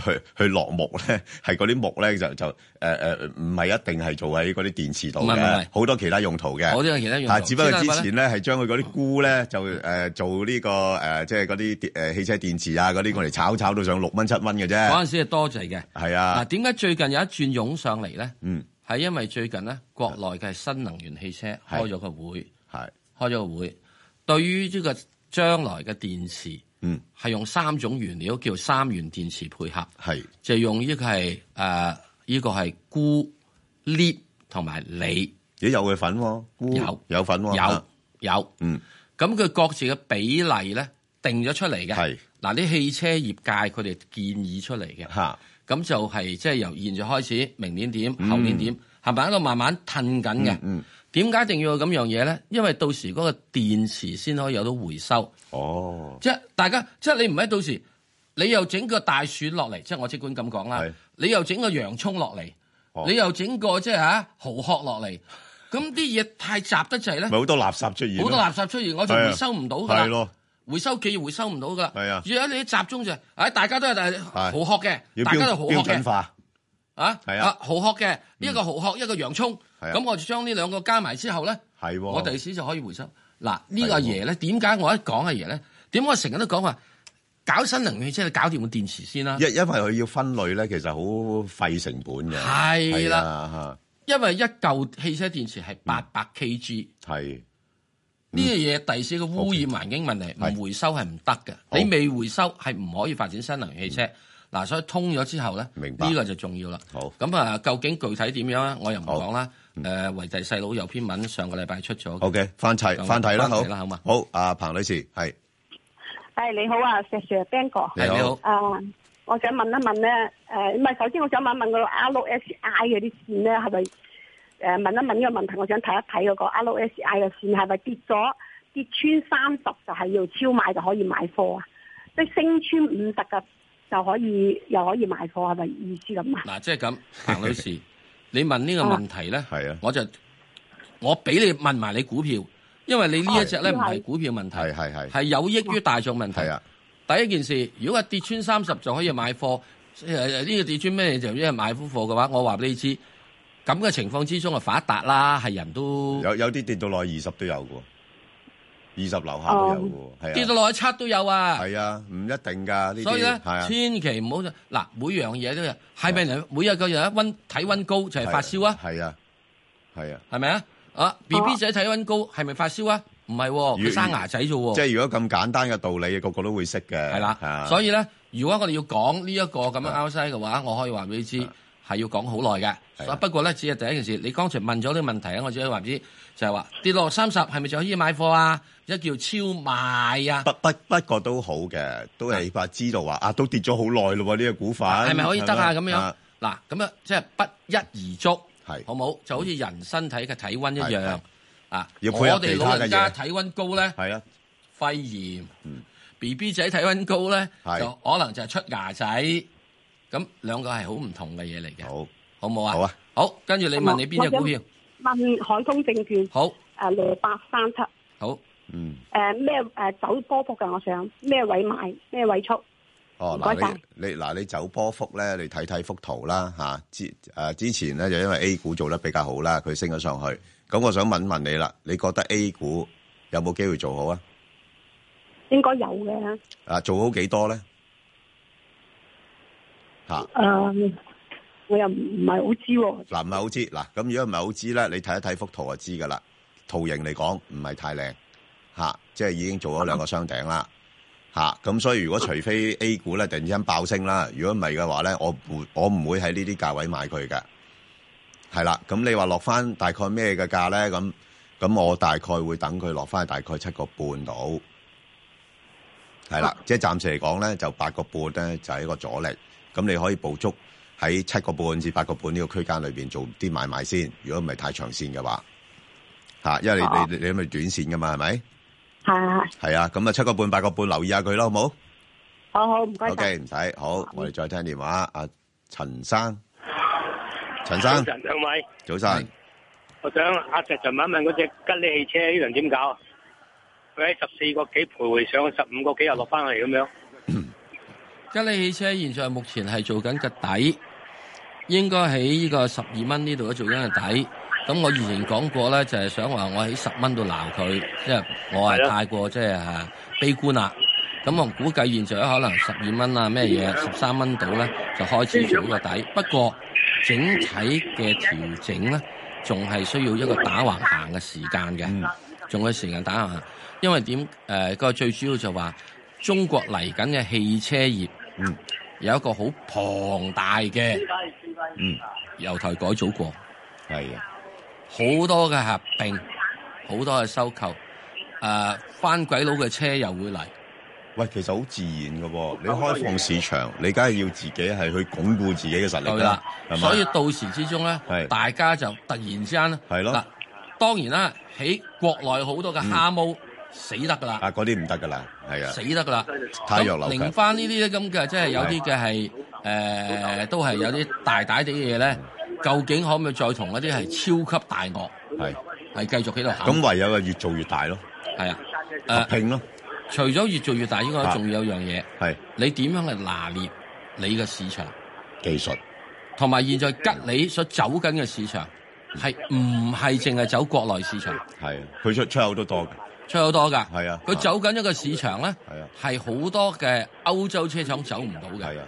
Speaker 1: 去去落木咧，係嗰啲木咧就就誒誒唔係一定係做喺嗰啲電池度
Speaker 2: 唔係唔係唔係
Speaker 1: 嘅，好多其他用途嘅。
Speaker 2: 我都有其他用
Speaker 1: 啊，
Speaker 2: 途
Speaker 1: 只不過
Speaker 2: 即係
Speaker 1: 之
Speaker 2: 話呢
Speaker 1: 前咧係將佢嗰啲菇咧就誒、呃做呢、個誒、呃即係嗰啲電誒汽車電池啊嗰啲，我嚟炒炒到上六蚊七蚊嘅
Speaker 2: 嗰
Speaker 1: 啫。
Speaker 2: 陣時係多謝嘅。
Speaker 1: 係
Speaker 2: 嗱，
Speaker 1: 啊，
Speaker 2: 點解最近有一轉湧上嚟咧？
Speaker 1: 嗯，
Speaker 2: 係因為最近咧國內嘅新能源汽車
Speaker 1: 係
Speaker 2: 開咗個會，
Speaker 1: 係，
Speaker 2: 開咗個會，對於呢個將來嘅電池
Speaker 1: 嗯，
Speaker 2: 係用三種原料叫三元電池配合。
Speaker 1: 係
Speaker 2: 就用呢個係誒呢個係鈷、鎳同埋鋰
Speaker 1: 咦有佢份喎，菇
Speaker 2: 有
Speaker 1: 有份喎，
Speaker 2: 有
Speaker 1: 啊
Speaker 2: 有，
Speaker 1: 嗯
Speaker 2: 咁佢各自嘅比例咧定咗出嚟嘅。
Speaker 1: 係
Speaker 2: 嗱，啲汽車業界佢哋建議出嚟嘅，
Speaker 1: 嚇
Speaker 2: 咁就係即係由現在開始，明年點，
Speaker 1: 嗯
Speaker 2: 後年點，係咪喺度慢慢褪緊嘅？
Speaker 1: 嗯
Speaker 2: 點解一定要有咁樣嘢咧？因為到時嗰個電池先可以有到回收。
Speaker 1: 哦
Speaker 2: 即係大家，即係你唔係到時，你又整個大蒜落嚟，即係我即管咁講啦
Speaker 1: 係。
Speaker 2: 你又整個洋葱落嚟，
Speaker 1: 哦
Speaker 2: 你又整個即係嚇蠔殼落嚟，咁啲嘢太雜得滯咧，
Speaker 1: 咪好多垃圾出現咯，
Speaker 2: 好多垃圾出現，我就
Speaker 1: 係啊
Speaker 2: 回收唔到
Speaker 1: 係
Speaker 2: 㗎啦。
Speaker 1: 咯，
Speaker 2: 回收企業回收唔到㗎啦。
Speaker 1: 係啊
Speaker 2: 而家你集中就係，唉，大家都係
Speaker 1: 係
Speaker 2: 蠔殼嘅，
Speaker 1: 要
Speaker 2: 大
Speaker 1: 標
Speaker 2: 家都係
Speaker 1: 標
Speaker 2: 蠔殼
Speaker 1: 準
Speaker 2: 嘅，
Speaker 1: 化，
Speaker 2: 啊
Speaker 1: 係啊
Speaker 2: 啊蠔殼嘅，一個蠔殼一個洋葱，
Speaker 1: 係啊
Speaker 2: 咁我就將呢兩個加埋之後咧。
Speaker 1: 係喎，
Speaker 2: 我第時就可以回收。嗱，呢個
Speaker 1: 係喎
Speaker 2: 阿爺咧，點解我一講阿爺咧？點解我成日都講話搞新能源汽車，你搞掂個電池先啦。
Speaker 1: 因因為佢要分類咧，其實好費成本嘅，
Speaker 2: 係
Speaker 1: 啊啦，
Speaker 2: 因為一嚿汽車電池係八百 kg，
Speaker 1: 嚇係
Speaker 2: 呢樣嘢第時個污染環境問題
Speaker 1: 嗯係
Speaker 2: 唔回收係唔得嘅。你未回收係唔可以發展新能源汽車。嗱，所以通咗之後咧，
Speaker 1: 嗯明白
Speaker 2: 呢個就重要啦。
Speaker 1: 好
Speaker 2: 咁啊，究竟具體點樣咧？我又唔
Speaker 1: 好嗯
Speaker 2: 講啦。誒，維弟細佬有篇文上個禮拜出咗嘅，
Speaker 1: OK，翻睇
Speaker 2: 咁
Speaker 1: 翻睇啦，
Speaker 2: 翻
Speaker 1: 好
Speaker 2: 睇啦好嘛
Speaker 1: 好，阿彭女士係
Speaker 5: 系你好啊，石 Sir Ben 哥。
Speaker 1: 你
Speaker 2: 係你好，
Speaker 5: 啊，我想問一問咧，誒、唔係，首先我想問一問個 RSI 嗰啲線咧，係咪誒問一問呢個問題？我想睇一睇嗰個 RSI 嘅線係咪跌咗跌穿三十就係要超買就可以買貨啊？即係升穿五十嘅就可以又可以買貨係咪意思咁啊？
Speaker 2: 嗱，即係咁，彭 女士，你問呢個問題咧？
Speaker 1: 係啊，
Speaker 2: 我就我俾你問埋你股票，因為你呢一隻咧
Speaker 5: 係
Speaker 2: 唔係股票問題，
Speaker 1: 係係係
Speaker 2: 係有益於大眾問題
Speaker 1: 係。啊，
Speaker 2: 第一件事，如果係跌穿三十就可以買貨，誒呢個跌穿咩就因為買夫貨嘅話，我話俾你知，咁嘅情況之中啊發達啦，係人都
Speaker 1: 有有啲跌到落二十都有嘅喎，二十樓下都有嘅喎，
Speaker 2: 跌
Speaker 1: 係
Speaker 2: 到落去七都有啊。
Speaker 1: 啊，係啊，唔一定㗎呢啲，
Speaker 2: 所以咧
Speaker 1: 係，啊，
Speaker 2: 千祈唔好就嗱，每樣嘢都有，係咪人每日個人一温體温高就係發燒啊？
Speaker 1: 係啊，係啊。
Speaker 2: 係咪啊？啊 B B 仔體温高係咪發燒啊？唔係喎，
Speaker 1: 如
Speaker 2: 佢生牙仔啫喎。
Speaker 1: 即係如果咁簡單嘅道理，個個都會識嘅。啊啊
Speaker 2: 係啦，所以咧，如果我哋要講呢一個咁樣 outside 嘅話，我可以話俾你知，係要講好耐
Speaker 1: 係
Speaker 2: 嘅。不過咧，只係第一件事，你剛才問咗呢個問題啊咧，我只可以話俾你知，就係話跌落三十係咪就可以買貨啊？一叫超賣啊，
Speaker 1: 不不不過都好嘅，都係話知道話啊，都跌咗好耐咯喎，呢、個股份
Speaker 2: 係咪可以得啊？咁
Speaker 1: 係咪
Speaker 2: 樣嗱，咁樣即係不一而足，
Speaker 1: 係
Speaker 2: 好冇？就好似人身體嘅體温一
Speaker 1: 係係
Speaker 2: 樣啊。
Speaker 1: 要配合
Speaker 2: 我哋
Speaker 1: 其他
Speaker 2: 老
Speaker 1: 嘅嘢
Speaker 2: 人家體温高咧，
Speaker 1: 係啊，
Speaker 2: 肺炎
Speaker 1: 嗯
Speaker 2: ，B B 仔體温高咧，
Speaker 1: 係
Speaker 2: 就可能就係出牙仔。咁兩個係好唔同嘅嘢嚟嘅，
Speaker 1: 好
Speaker 2: 好冇啊？
Speaker 1: 好啊，
Speaker 2: 好，跟住你問你邊只股票？
Speaker 5: 問海通證券
Speaker 2: 好
Speaker 5: 誒六八三七
Speaker 2: 好，
Speaker 1: 嗯，
Speaker 5: 誒咩誒走波幅嘅，我想咩位買咩位出？
Speaker 1: 哦
Speaker 5: 唔該
Speaker 1: 嗱，你你嗱你走波幅咧，你睇睇幅圖啦吓、之誒之前咧就因為 A 股做得比較好啦，佢升咗上去，咁我想問問你啦，你覺得 A 股有冇機會做好啊？
Speaker 5: 應該有嘅。
Speaker 1: 啊，做好幾多咧？吓、
Speaker 5: 誒，我又唔唔係好知喎。
Speaker 1: 嗱，唔係好知嗱，咁如果唔係好知咧，你睇一睇幅圖就知噶啦。圖形嚟講唔係太靚嚇、即係已經做咗兩個雙頂啦嚇。咁、所以如果除非 A 股咧突然之間爆升啦，如果唔係嘅話咧，我唔會我唔會喺呢啲價位買佢嘅。係啦，咁你話落翻大概咩嘅價咧？咁咁我大概會等佢落翻大概七個半度。係啦，即係暫時嚟講咧，就八個半咧就係一個阻力。咁你可以捕捉喺七個半至八個半呢個區間裏邊做啲買賣先。如果唔係太長線嘅話，嚇，因為你你你你咪短線噶嘛，係咪？
Speaker 5: 係係，
Speaker 1: 係啊，咁啊七個半八個半留意下佢咯，好冇
Speaker 5: 好好唔該晒。
Speaker 1: ？OK，唔使，好，我哋再聽電話。阿陳生，陳生，
Speaker 8: 晨兩位，
Speaker 1: 早晨，
Speaker 8: 我想阿石尋晚問嗰只吉利汽車呢輪點搞啊？佢喺十四個幾徘徊上十五個幾又落翻嚟咁樣，
Speaker 2: 吉利汽車現在目前係做緊個底，應該喺呢個十二蚊呢度都做緊個底。咁我以前講過咧，就係、想話我喺十蚊度鬧佢，即係我
Speaker 8: 係
Speaker 2: 係
Speaker 8: 咯
Speaker 2: 太過即係啊悲觀啦。咁我估計現在可能十二蚊啊咩嘢十三蚊度咧就開始做呢個底。不過整體嘅調整咧，仲係需要一個打橫行嘅時間嘅。
Speaker 1: 嗯，
Speaker 2: 仲有時間打下，因為點誒個最主要就話中國嚟緊嘅汽車業，
Speaker 1: 嗯，
Speaker 2: 有一個好龐大嘅
Speaker 1: 嗯，
Speaker 2: 由頭改組過，
Speaker 1: 係啊，
Speaker 2: 好多嘅合併，好多嘅收購，誒、翻鬼佬嘅車又會嚟，
Speaker 1: 喂，其實好自然嘅喎，你開放市場，你梗係要自己係去鞏固自己嘅實
Speaker 2: 對
Speaker 1: 力
Speaker 2: 啦
Speaker 1: 啦，係，嘛
Speaker 2: 所以？到時之中咧
Speaker 1: 係，
Speaker 2: 大家就突然之間咧，
Speaker 1: 係咯嗯
Speaker 2: 嗱，當然啦，喺國內好多嘅蝦毛、死得㗎啦，
Speaker 1: 啊，嗰啲唔得噶啦，係啊
Speaker 2: 死，得㗎啦。
Speaker 1: 太弱流
Speaker 2: 零
Speaker 1: 強，
Speaker 2: 翻呢啲咁嘅，即係有啲嘅係誒，都係有啲大大啲嘅嘢咧。
Speaker 1: 嗯
Speaker 2: 究竟可唔可以再同一啲係超級大鱷
Speaker 1: 係，
Speaker 2: 係繼續喺度行？
Speaker 1: 咁唯有啊越做越大咯，
Speaker 2: 係啊，誒、
Speaker 1: 合拼咯，
Speaker 2: 除咗越做越大之外，
Speaker 1: 啊
Speaker 2: 仲有樣嘢，
Speaker 1: 係
Speaker 2: 你點樣去拿捏你嘅市場，
Speaker 1: 技術，
Speaker 2: 同埋現在吉利所走緊嘅市場係唔係淨係走國內市場？
Speaker 1: 係啊，佢出出口都多嘅，
Speaker 2: 出好多㗎，
Speaker 1: 係啊
Speaker 2: 佢走緊一個市場咧
Speaker 1: 係啊，
Speaker 2: 係好多嘅歐洲車廠走唔到嘅
Speaker 1: 係，啊。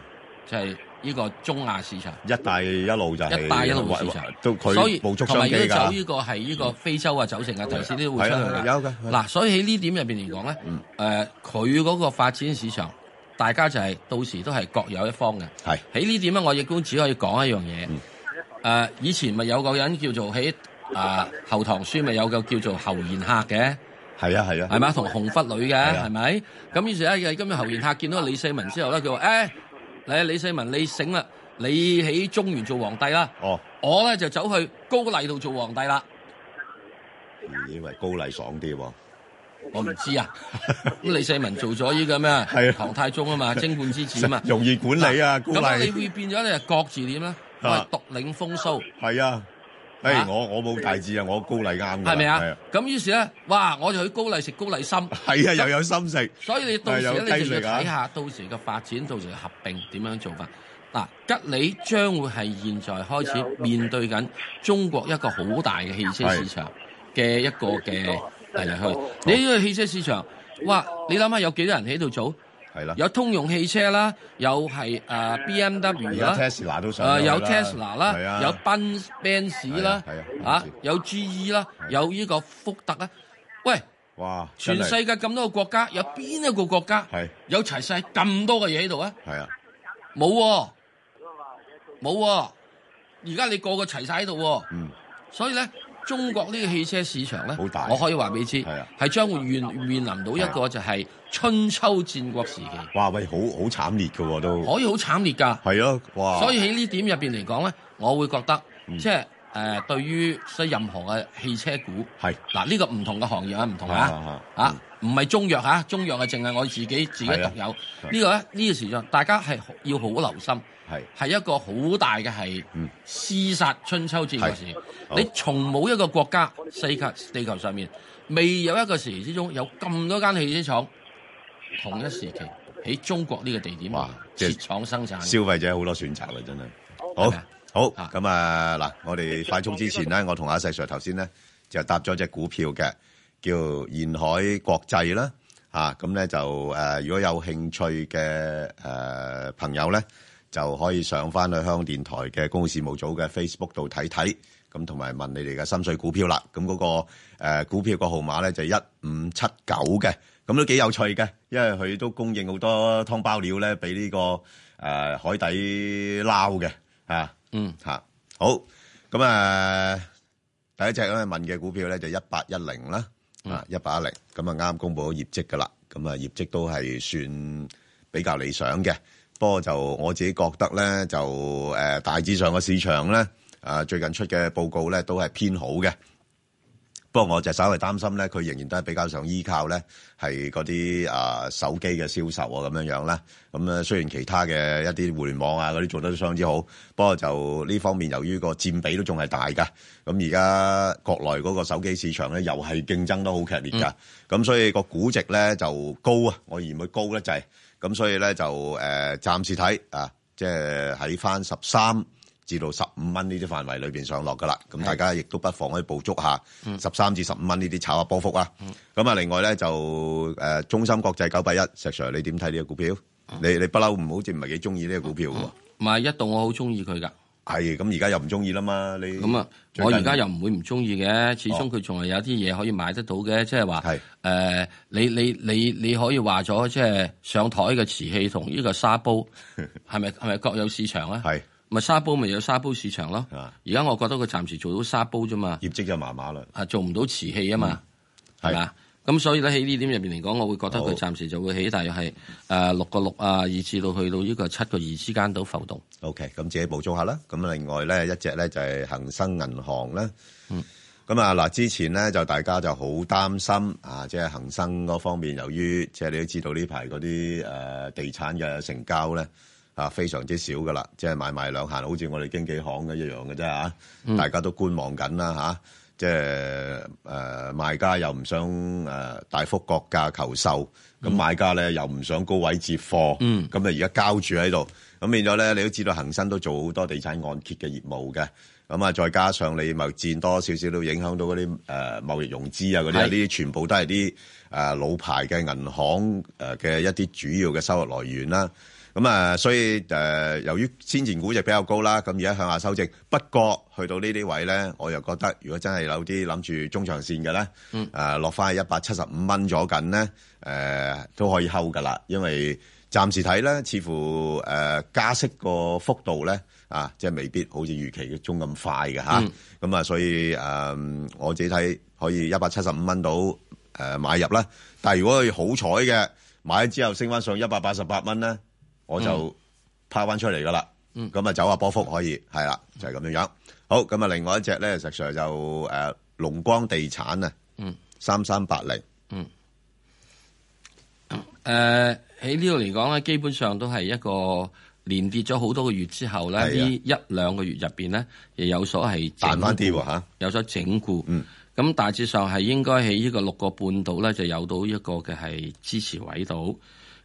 Speaker 2: 就係呢個中亞市場。
Speaker 1: 一帶一路就係
Speaker 2: 一帶一路市場，
Speaker 1: 都
Speaker 2: 所以
Speaker 1: 佢捕捉商
Speaker 2: 同埋
Speaker 1: 機
Speaker 2: 如果走
Speaker 1: 㗎，嗯
Speaker 2: 呢個係呢個非洲啊、走成啊，提示都會出去
Speaker 1: 係啊
Speaker 2: 㗎
Speaker 1: 有嘅係
Speaker 2: 嗱，所以喺呢點入邊嚟講
Speaker 1: 嗯
Speaker 2: 咧，誒佢嗰個發展市場，大家就係到時都係各有一方嘅。
Speaker 1: 係
Speaker 2: 喺呢點咧，我亦都只可以講一樣嘢。
Speaker 1: 嗯
Speaker 2: 誒、以前咪有個人叫做喺啊後堂書咪有個叫做侯賢客嘅。
Speaker 1: 係啊係啊，
Speaker 2: 係咪同紅忽女嘅
Speaker 1: 啊
Speaker 2: 係咪？咁於是咧，今日侯賢客見到李世民之後咧，佢話：，誒、你李世民，你醒啦，你喺中原做皇帝啦，
Speaker 1: 哦，
Speaker 2: 我咧就走去高麗度做皇帝啦。
Speaker 1: 以為高麗爽啲喎，
Speaker 2: 我唔知 啊。咁李世民做咗呢個咩啊
Speaker 1: 係啊
Speaker 2: 唐太宗啊嘛，貞觀之治啊嘛。
Speaker 1: 容易管理啊，高
Speaker 2: 咁啊你
Speaker 1: 麗
Speaker 2: 會變咗你係各自點咧？我係
Speaker 1: 啊
Speaker 2: 獨領風騷，
Speaker 1: 係啊，
Speaker 2: 啊
Speaker 1: 誒我我冇大志啊，我高麗啱㗎啦，
Speaker 2: 係咪
Speaker 1: 係
Speaker 2: 啊？咁於是咧，哇！我就去高麗食高麗 參。
Speaker 1: 係啊，又有心食，
Speaker 2: 所以你到
Speaker 1: 係
Speaker 2: 時
Speaker 1: 有
Speaker 2: 咧，你
Speaker 1: 雞
Speaker 2: 就
Speaker 1: 翼
Speaker 2: 要
Speaker 1: 啊
Speaker 2: 睇下到時嘅發展，到時嘅合併點樣做法。嗱，吉利將會係現在開始面對緊中國一個好大嘅汽車市場嘅一個嘅嚟嚟去。你呢個汽車市場，哇！你諗下有幾多人喺度做？
Speaker 1: 係啦，
Speaker 2: 有通用汽車啦，有係誒 B M
Speaker 1: 而
Speaker 2: W
Speaker 1: 家
Speaker 2: 啦。
Speaker 1: Tesla 都上咗
Speaker 2: 誒
Speaker 1: 去
Speaker 2: 有
Speaker 1: 啦
Speaker 2: Tesla
Speaker 1: 係
Speaker 2: 啦
Speaker 1: 啊，
Speaker 2: 有 Benz Benz 啦
Speaker 1: 係啊係，啊
Speaker 2: 啊有 GE 啦，有呢個福特啦。喂，
Speaker 1: 哇，
Speaker 2: 全
Speaker 1: 真係
Speaker 2: 世界咁多個國家，有邊一個國家
Speaker 1: 係
Speaker 2: 有齊晒咁多嘅嘢喺度啊？
Speaker 1: 係啊，
Speaker 2: 冇喎，冇喎。而家你個個齊晒喺度喎，
Speaker 1: 嗯，
Speaker 2: 所以咧，中國呢個汽車市場咧，
Speaker 1: 好大
Speaker 2: 我可以話俾你知，
Speaker 1: 係啊啊
Speaker 2: 係將會面面臨到一個就係春秋戰國時期，
Speaker 1: 哇喂，好好慘烈㗎喎都，
Speaker 2: 可以好慘烈㗎。
Speaker 1: 係嗯啊，哇，
Speaker 2: 所以喺呢點入邊嚟講咧，我會覺得、
Speaker 1: 嗯
Speaker 2: 即係誒、呃，對於所以任何嘅汽車股，
Speaker 1: 係
Speaker 2: 嗱呢、個唔同嘅行業啊，唔同啊。
Speaker 1: 啊
Speaker 2: 啊，唔係中藥嚇，中藥係淨係我自己自己獨有。
Speaker 1: 係
Speaker 2: 呢個咧呢個時候，大家係要好留心，
Speaker 1: 係
Speaker 2: 係一個好大嘅係
Speaker 1: 嗯
Speaker 2: 廝殺春秋戰國時期。
Speaker 1: 好
Speaker 2: 你從冇一個國家世界地球上面未有一個時期之中有咁多間汽車廠同一時期喺中國呢個地點
Speaker 1: 哇即係
Speaker 2: 設廠生產。
Speaker 1: 消費者好多選擇啦，真係。好
Speaker 2: 係咪啊
Speaker 1: 好
Speaker 2: 啊
Speaker 1: 咁啊嗱，我哋快速之前咧，我同阿細 Sir 頭先咧就搭咗只股票嘅，叫燕海國際啦。啊，咁咧就誒、呃如果有興趣嘅誒、呃朋友咧，就可以上翻去香港電台嘅公共事務組嘅 Facebook 度睇睇，咁同埋問你哋嘅心水股票啦。咁嗰、個、呃、股票個號碼咧就一五七九嘅，咁都幾有趣嘅，因為佢都供應好多湯包料咧，俾呢、個誒、呃海底撈嘅啊
Speaker 2: 嗯，
Speaker 1: 吓好咁啊！第一隻咧問嘅股票咧就一八一零啦，啊一八一零咁啊啱公布咗業績噶啦，咁啊業績都係算比較理想嘅。不過就我自己覺得咧，就誒、呃大致上個市場咧，啊最近出嘅報告咧都係偏好嘅。不過我就稍微擔心咧，佢仍然都係比較上依靠咧係嗰啲啊手機嘅銷售啊咁樣樣啦。咁啊雖然其他嘅一啲互聯網啊嗰啲做得相當之好，不過就呢方面由於個佔比都仲係大㗎。咁而家國內嗰個手機市場咧又係競爭都好劇烈㗎。咁、所以個估值咧就高啊，我嫌佢高得滯。咁所以咧就誒、呃、暫時睇啊，即係喺翻十三至到十五蚊呢啲範圍裏邊上落㗎啦。咁大家亦都不妨可以捕捉下十三至十五蚊呢啲炒下波幅啊。咁啊，另外咧就誒、呃中芯國際九八一，石 Sir 你點睇呢個股票？你你不嬲唔好似唔係幾中意呢個股票嘅喎。
Speaker 2: 唔係一度我好中意佢㗎。
Speaker 1: 係咁，而家又唔中意啦嘛。你
Speaker 2: 咁啊，
Speaker 1: 最
Speaker 2: 我
Speaker 1: 近哦
Speaker 2: 而家又唔會唔中意嘅，始終佢仲係有啲嘢可以買得到嘅，即係話
Speaker 1: 係
Speaker 2: 誒，你你你你可以話咗，即係上台嘅瓷器同呢個沙煲 係咪係咪各有市場啊？
Speaker 1: 係
Speaker 2: 咪沙煲咪有沙煲市場咯？
Speaker 1: 啊
Speaker 2: 而家我覺得佢暫時做到沙煲啫嘛，
Speaker 1: 業績就麻麻啦，
Speaker 2: 啊做唔到瓷器啊嘛，
Speaker 1: 係
Speaker 2: 係嘛？咁所以咧喺呢點入邊嚟講，我會覺得
Speaker 1: 嗯好
Speaker 2: 佢暫時就會起大約係誒六個六啊，以至到去到呢個七個二之間度浮動。
Speaker 1: OK，咁自己補充下啦。咁另外咧，一隻咧就係恒生銀行啦。
Speaker 2: 嗯
Speaker 1: 咁啊嗱，之前咧就大家就好擔心啊，即係恒生嗰方面，由於即係你都知道呢排嗰啲誒地產嘅成交咧啊非常之少噶啦，即係買賣兩行，好似我哋經紀行嘅一樣嘅啫嚇，大家都觀望緊啦嚇，即係誒賣家又唔想誒大幅割價求售，咁買家咧又唔想高位接貨，咁啊而家交住喺度，咁變咗咧你都知道恒生都做好多地產按揭嘅業務嘅。咁啊，再加上你貿易戰多少少都影響到嗰啲誒貿易融資啊嗰啲啊，
Speaker 2: 係
Speaker 1: 呢啲全部都係啲誒老牌嘅銀行誒嘅一啲主要嘅收入來源啦。咁啊，所以誒、呃由於先前估值比較高啦，咁而家向下修正。不過去到呢啲位咧，我又覺得如果真係有啲諗住中長線嘅呃咧，誒、落翻去一百七十五蚊左緊咧，誒、都可以睺噶啦，因為暫時睇咧，似乎誒、呃加息個幅度咧啊，即係未必好似預期中咁快嘅嚇。咁、啊，所以誒、嗯我自己睇可以一百七十五蚊到誒買入啦。但係如果佢好彩嘅買咗之後升翻上一百八十八蚊咧，我
Speaker 2: 嗯
Speaker 1: 就拋翻出嚟噶啦。咁啊、走下波幅可以係啦，就係、咁樣樣。好，咁啊，另外一隻咧，實上就誒、呃、龍光地產啊，
Speaker 2: 嗯
Speaker 1: 三三八零
Speaker 2: 誒呃喺呢度嚟講咧，基本上都係一個連跌咗好多個月之後咧，
Speaker 1: 係啊
Speaker 2: 呢一兩個月入邊咧，亦有所係整
Speaker 1: 彈翻啲
Speaker 2: 固
Speaker 1: 喎嚇，
Speaker 2: 有所整固。
Speaker 1: 嗯，
Speaker 2: 咁大致上係應該喺呢個六個半度咧，就有到一個嘅係支持位度。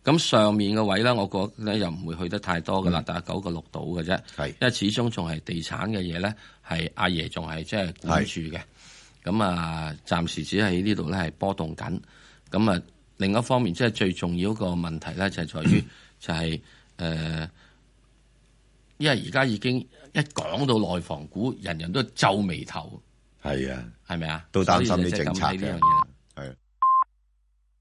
Speaker 2: 咁上面嘅位咧，我覺得咧又唔會去得太多
Speaker 1: 嗯
Speaker 2: 噶啦，大概九個六度嘅啫。
Speaker 1: 係
Speaker 2: 因為始終仲係地產嘅嘢咧，係阿爺仲係即係管住嘅。咁啊，暫時只係喺呢度咧係波動緊。咁啊，另一方面即係最重要一個問題咧，就係 在於就係、呃因為而家已經一講到內房股，人人都皺眉頭，
Speaker 1: 係啊。
Speaker 2: 係咪啊？啊
Speaker 1: 都擔心
Speaker 2: 所以就
Speaker 1: 啲
Speaker 2: 即係
Speaker 1: 政策
Speaker 2: 咁睇呢
Speaker 1: 嘅
Speaker 2: 樣嘢啦。